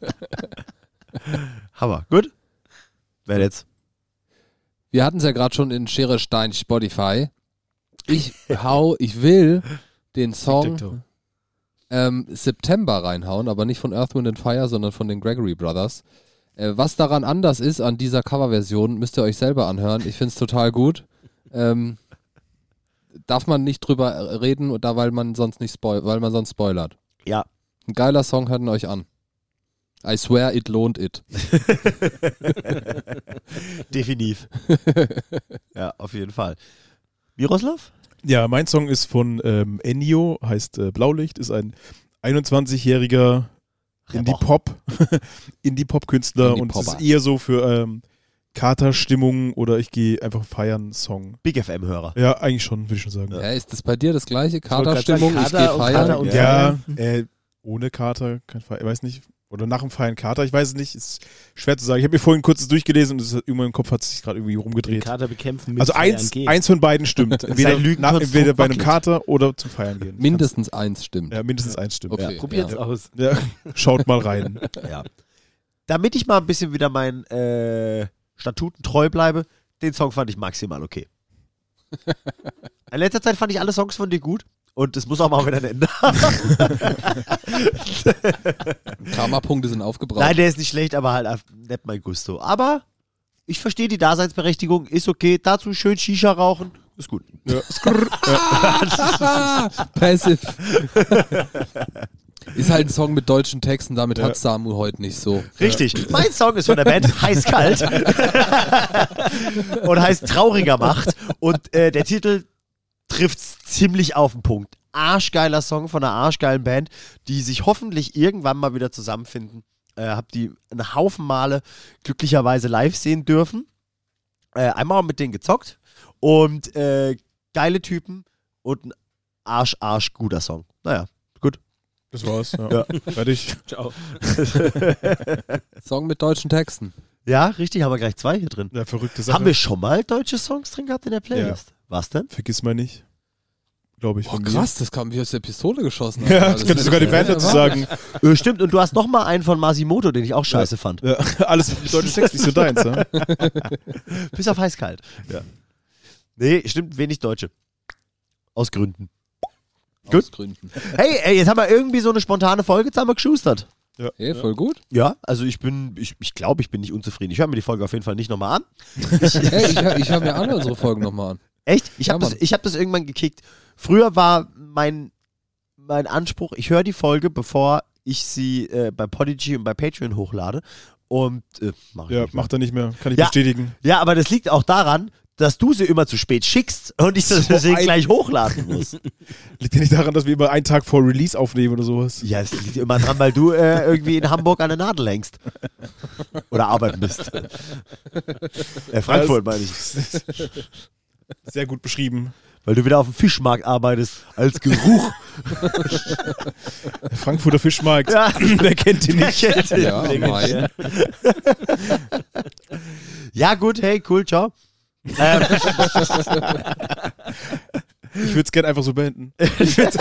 Speaker 1: Hammer. Gut. Wer jetzt?
Speaker 3: Wir hatten es ja gerade schon in Schere Stein Spotify. Ich hau, ich will den
Speaker 4: Tic-Tac-Toe.
Speaker 3: Song ähm, September reinhauen, aber nicht von Earth, Wind and Fire, sondern von den Gregory Brothers. Äh, was daran anders ist an dieser Coverversion, müsst ihr euch selber anhören. Ich find's total gut. Ähm, darf man nicht drüber reden, und da weil man sonst nicht spoil weil man sonst spoilert.
Speaker 1: Ja.
Speaker 3: Ein geiler Song, hört ihn euch an. I swear it lohnt it.
Speaker 1: Definitiv. ja, auf jeden Fall. Miroslav?
Speaker 5: Ja, mein Song ist von ähm, Ennio, heißt äh, Blaulicht, ist ein 21-jähriger
Speaker 4: Oh.
Speaker 5: Indie-Pop, Indie-Pop-Künstler und es
Speaker 3: Indie-Popper.
Speaker 5: ist eher so für ähm, Katerstimmung oder ich gehe einfach feiern Song.
Speaker 1: Big FM-Hörer.
Speaker 5: Ja, eigentlich schon, würde ich schon sagen.
Speaker 3: Ja, ist das bei dir das gleiche?
Speaker 4: wollte gerade sagen,
Speaker 3: Katerstimmung, ich gehe
Speaker 4: Kater und Kater
Speaker 3: feiern.
Speaker 4: und-
Speaker 5: Ja, äh, ohne Kater, kein Feier, ich weiß nicht. Oder nach dem Feiern Kater, ich weiß es nicht, ist schwer zu sagen. Ich habe mir vorhin kurzes durchgelesen und es hat, irgendwann im Kopf hat es sich gerade irgendwie
Speaker 4: Den
Speaker 5: rumgedreht.
Speaker 4: Kater bekämpfen mit
Speaker 5: Also eins,
Speaker 4: Feiern geht.
Speaker 5: eins von beiden stimmt. Entweder, nach,
Speaker 1: Lügenkonstrukt
Speaker 5: entweder bei einem
Speaker 1: wackelt.
Speaker 5: Kater oder zum Feiern gehen.
Speaker 3: Mindestens eins stimmt.
Speaker 5: Ja, mindestens eins stimmt.
Speaker 3: Okay,
Speaker 4: Probiert's aus.
Speaker 5: Ja, schaut mal rein.
Speaker 1: Ja. Damit ich mal ein bisschen wieder meinen äh, Statuten treu bleibe, den Song fand ich maximal okay. In letzter Zeit fand ich alle Songs von dir gut und es muss auch mal wieder ein Ende haben.
Speaker 3: Karma-Punkte sind aufgebraucht.
Speaker 1: Nein, der ist nicht schlecht, aber halt einfach nicht mein Gusto. Aber ich verstehe die Daseinsberechtigung, ist okay. Dazu schön Shisha rauchen, ist gut.
Speaker 3: Passive. ist halt ein Song mit deutschen Texten, damit
Speaker 5: Ja.
Speaker 3: hat Samu heute nicht so.
Speaker 1: Richtig. Mein Song ist von der Band Heiß-Kalt und heißt Trauriger Macht. Und äh, der Titel trifft ziemlich auf den Punkt. Arschgeiler Song von einer arschgeilen Band, die sich hoffentlich irgendwann mal wieder zusammenfinden. Äh, hab die einen Haufen Male glücklicherweise live sehen dürfen. Äh, einmal mit denen gezockt und äh, geile Typen und ein arsch, arsch guter Song. Naja, gut.
Speaker 5: Das war's. Ja. Fertig.
Speaker 4: Ciao.
Speaker 3: Song mit deutschen Texten.
Speaker 1: Ja, richtig, haben wir gleich zwei hier drin.
Speaker 5: Ja, verrückte Sache.
Speaker 1: Haben wir schon mal deutsche Songs drin gehabt in der Playlist? Was denn?
Speaker 5: Vergiss mal nicht. Glaube ich.
Speaker 3: Boah,
Speaker 5: von mir.
Speaker 3: krass, das kam wie aus der Pistole geschossen. Alter.
Speaker 5: Ja, das könnte sogar die Band dazu sagen.
Speaker 1: Äh, stimmt, und du hast noch mal einen von Masimoto, den ich auch scheiße fand.
Speaker 5: Ja, alles mit deutschen Text, nicht so deins. Ja?
Speaker 1: Bis auf heiß-kalt. Ja. Nee, stimmt, wenig Deutsche. Aus Gründen.
Speaker 3: Aus Gründen.
Speaker 1: Hey, ey, jetzt haben wir irgendwie so eine spontane Folge zusammen geschustert.
Speaker 3: Hey, voll gut.
Speaker 1: Ja, also ich bin, ich, ich glaube, ich bin nicht unzufrieden. Ich höre mir die Folge auf jeden Fall nicht nochmal an.
Speaker 3: Hey, ich, hör- ich höre mir alle unsere Folgen nochmal an.
Speaker 1: Echt? Ich
Speaker 3: Ja,
Speaker 1: habe das,
Speaker 3: Mann.
Speaker 1: ich hab das irgendwann gekickt. Früher war mein, mein Anspruch, ich höre die Folge, bevor ich sie äh, bei Podigy und bei Patreon hochlade. Und äh, mach ich
Speaker 5: ja,
Speaker 1: nicht mehr.
Speaker 5: macht er nicht mehr. Kann ich
Speaker 1: Ja.
Speaker 5: bestätigen.
Speaker 1: Ja, aber das liegt auch daran, dass du sie immer zu spät schickst und ich das deswegen
Speaker 5: ein-
Speaker 1: gleich hochladen muss.
Speaker 5: Liegt ja nicht daran, dass wir immer einen Tag vor Release aufnehmen oder sowas.
Speaker 1: ja, es liegt immer dran, weil du äh, irgendwie in Hamburg an der Nadel hängst. Oder arbeiten bist. äh, Frankfurt meine ich.
Speaker 5: Sehr gut beschrieben.
Speaker 1: Weil du wieder auf dem Fischmarkt arbeitest. Als Geruch.
Speaker 5: Der Frankfurter Fischmarkt.
Speaker 1: Ja.
Speaker 5: Wer kennt ihn nicht?
Speaker 3: Ja, mein.
Speaker 1: ja, gut, hey, cool, ciao. Ähm,
Speaker 5: Ich würde es gerne einfach so beenden. Ich würd's-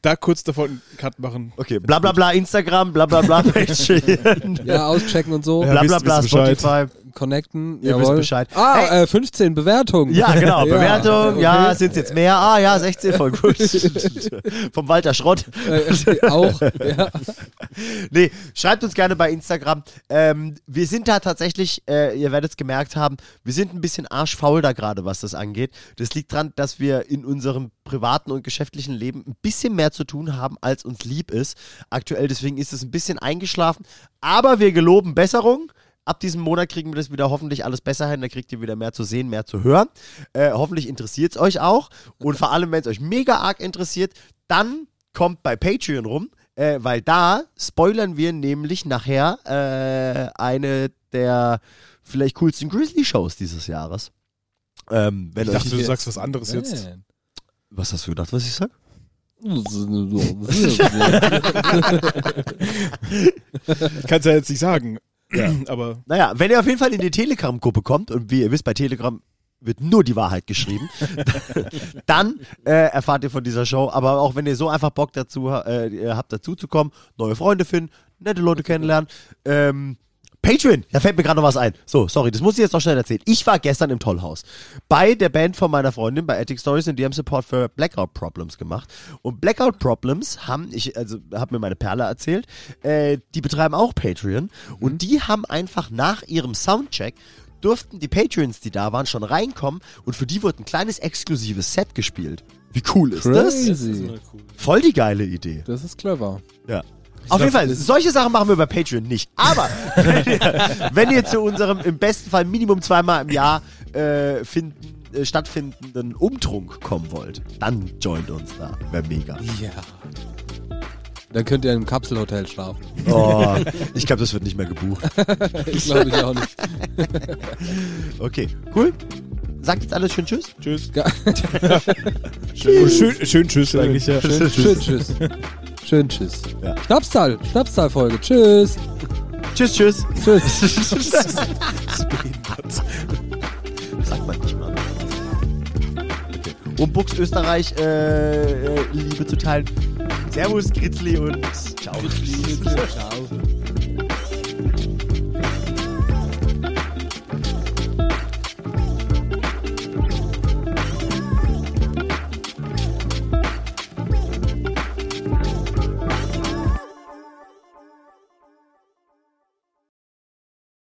Speaker 5: da kurz davon einen Cut machen.
Speaker 1: okay, bla bla bla Instagram, bla bla bla Patreon,
Speaker 3: Ja, auschecken und so.
Speaker 5: Ja.
Speaker 1: bla bla
Speaker 5: wisst-
Speaker 1: bla
Speaker 5: wisst Bescheid.
Speaker 1: Spotify.
Speaker 3: Connecten.
Speaker 1: Ihr
Speaker 3: jawohl.
Speaker 1: wisst Bescheid.
Speaker 3: Ah,
Speaker 1: Hey.
Speaker 3: äh, 15 Bewertungen.
Speaker 1: Ja, genau. Bewertung, ja,
Speaker 3: okay.
Speaker 1: sind es jetzt mehr? Ah, ja, 16 voll gut. Vom Walter Schrott.
Speaker 3: Äh, auch. Ja.
Speaker 1: Nee, schreibt uns gerne bei Instagram. Ähm, wir sind da tatsächlich, äh, ihr werdet es gemerkt haben, wir sind ein bisschen arschfaul da gerade, was das angeht. Das liegt daran, dass wir in unserem privaten und geschäftlichen Leben ein bisschen mehr zu tun haben, als uns lieb ist. Aktuell, deswegen ist es ein bisschen eingeschlafen. Aber wir geloben Besserung. Ab diesem Monat kriegen wir das wieder hoffentlich alles besser hin. Da kriegt ihr wieder mehr zu sehen, mehr zu hören. Äh, hoffentlich interessiert es euch auch. Und vor allem, wenn es euch mega arg interessiert, dann kommt bei Patreon rum, äh, weil da spoilern wir nämlich nachher äh, eine der vielleicht coolsten Grizzly-Shows dieses Jahres. Ähm, wenn
Speaker 5: Ich
Speaker 1: euch,
Speaker 5: dachte, du sagst was anderes jetzt.
Speaker 3: Man.
Speaker 1: was hast du gedacht, was ich sag?
Speaker 5: Kannst ja jetzt nicht sagen. Aber
Speaker 1: Naja, wenn ihr auf jeden Fall in die Telegram-Gruppe kommt, und wie ihr wisst, bei Telegram wird nur die Wahrheit geschrieben, dann äh, erfahrt ihr von dieser Show. Aber auch wenn ihr so einfach Bock dazu äh, habt, dazu zu kommen, neue Freunde finden, nette Leute kennenlernen, ähm, Patreon, da fällt mir gerade noch was ein. So, sorry, das muss ich jetzt noch schnell erzählen. Ich war gestern im Tollhaus bei der Band von meiner Freundin bei Attic Stories und die haben Support für Blackout Problems gemacht. Und Blackout Problems haben, ich also habe mir meine Perle erzählt, äh, die betreiben auch Patreon und die haben einfach nach ihrem Soundcheck durften die Patreons, die da waren, schon reinkommen und für die wurde ein kleines exklusives Set gespielt. Wie cool ist das?
Speaker 3: Crazy.
Speaker 1: Voll die geile Idee.
Speaker 3: Das ist clever.
Speaker 1: Ja. Auf jeden Fall, solche Sachen machen wir bei Patreon nicht. Aber wenn ihr, wenn ihr zu unserem im besten Fall Minimum zweimal im Jahr äh, finden, äh, stattfindenden Umtrunk kommen wollt, dann joint uns da. Wäre mega.
Speaker 3: Ja. Dann könnt ihr im Kapselhotel schlafen.
Speaker 1: Oh, ich glaube, das wird nicht mehr gebucht.
Speaker 3: Ich glaube ich auch nicht.
Speaker 1: Okay, cool. Sagt jetzt alles schön Tschüss.
Speaker 5: Tschüss.
Speaker 3: Ge-
Speaker 5: Schön, schön, schön Tschüss eigentlich, ja.
Speaker 3: Schön, schön, tschüss. Schön, tschüss.
Speaker 1: Ja.
Speaker 3: Schnapszahl, Schnapszahl-Folge. Tschüss.
Speaker 1: Tschüss, tschüss.
Speaker 3: Tschüss.
Speaker 1: Sagt man nicht mal. Okay. Um Buchs Österreich äh, äh, Liebe zu teilen. Servus, Grizzly und ciao.
Speaker 3: Tschüss.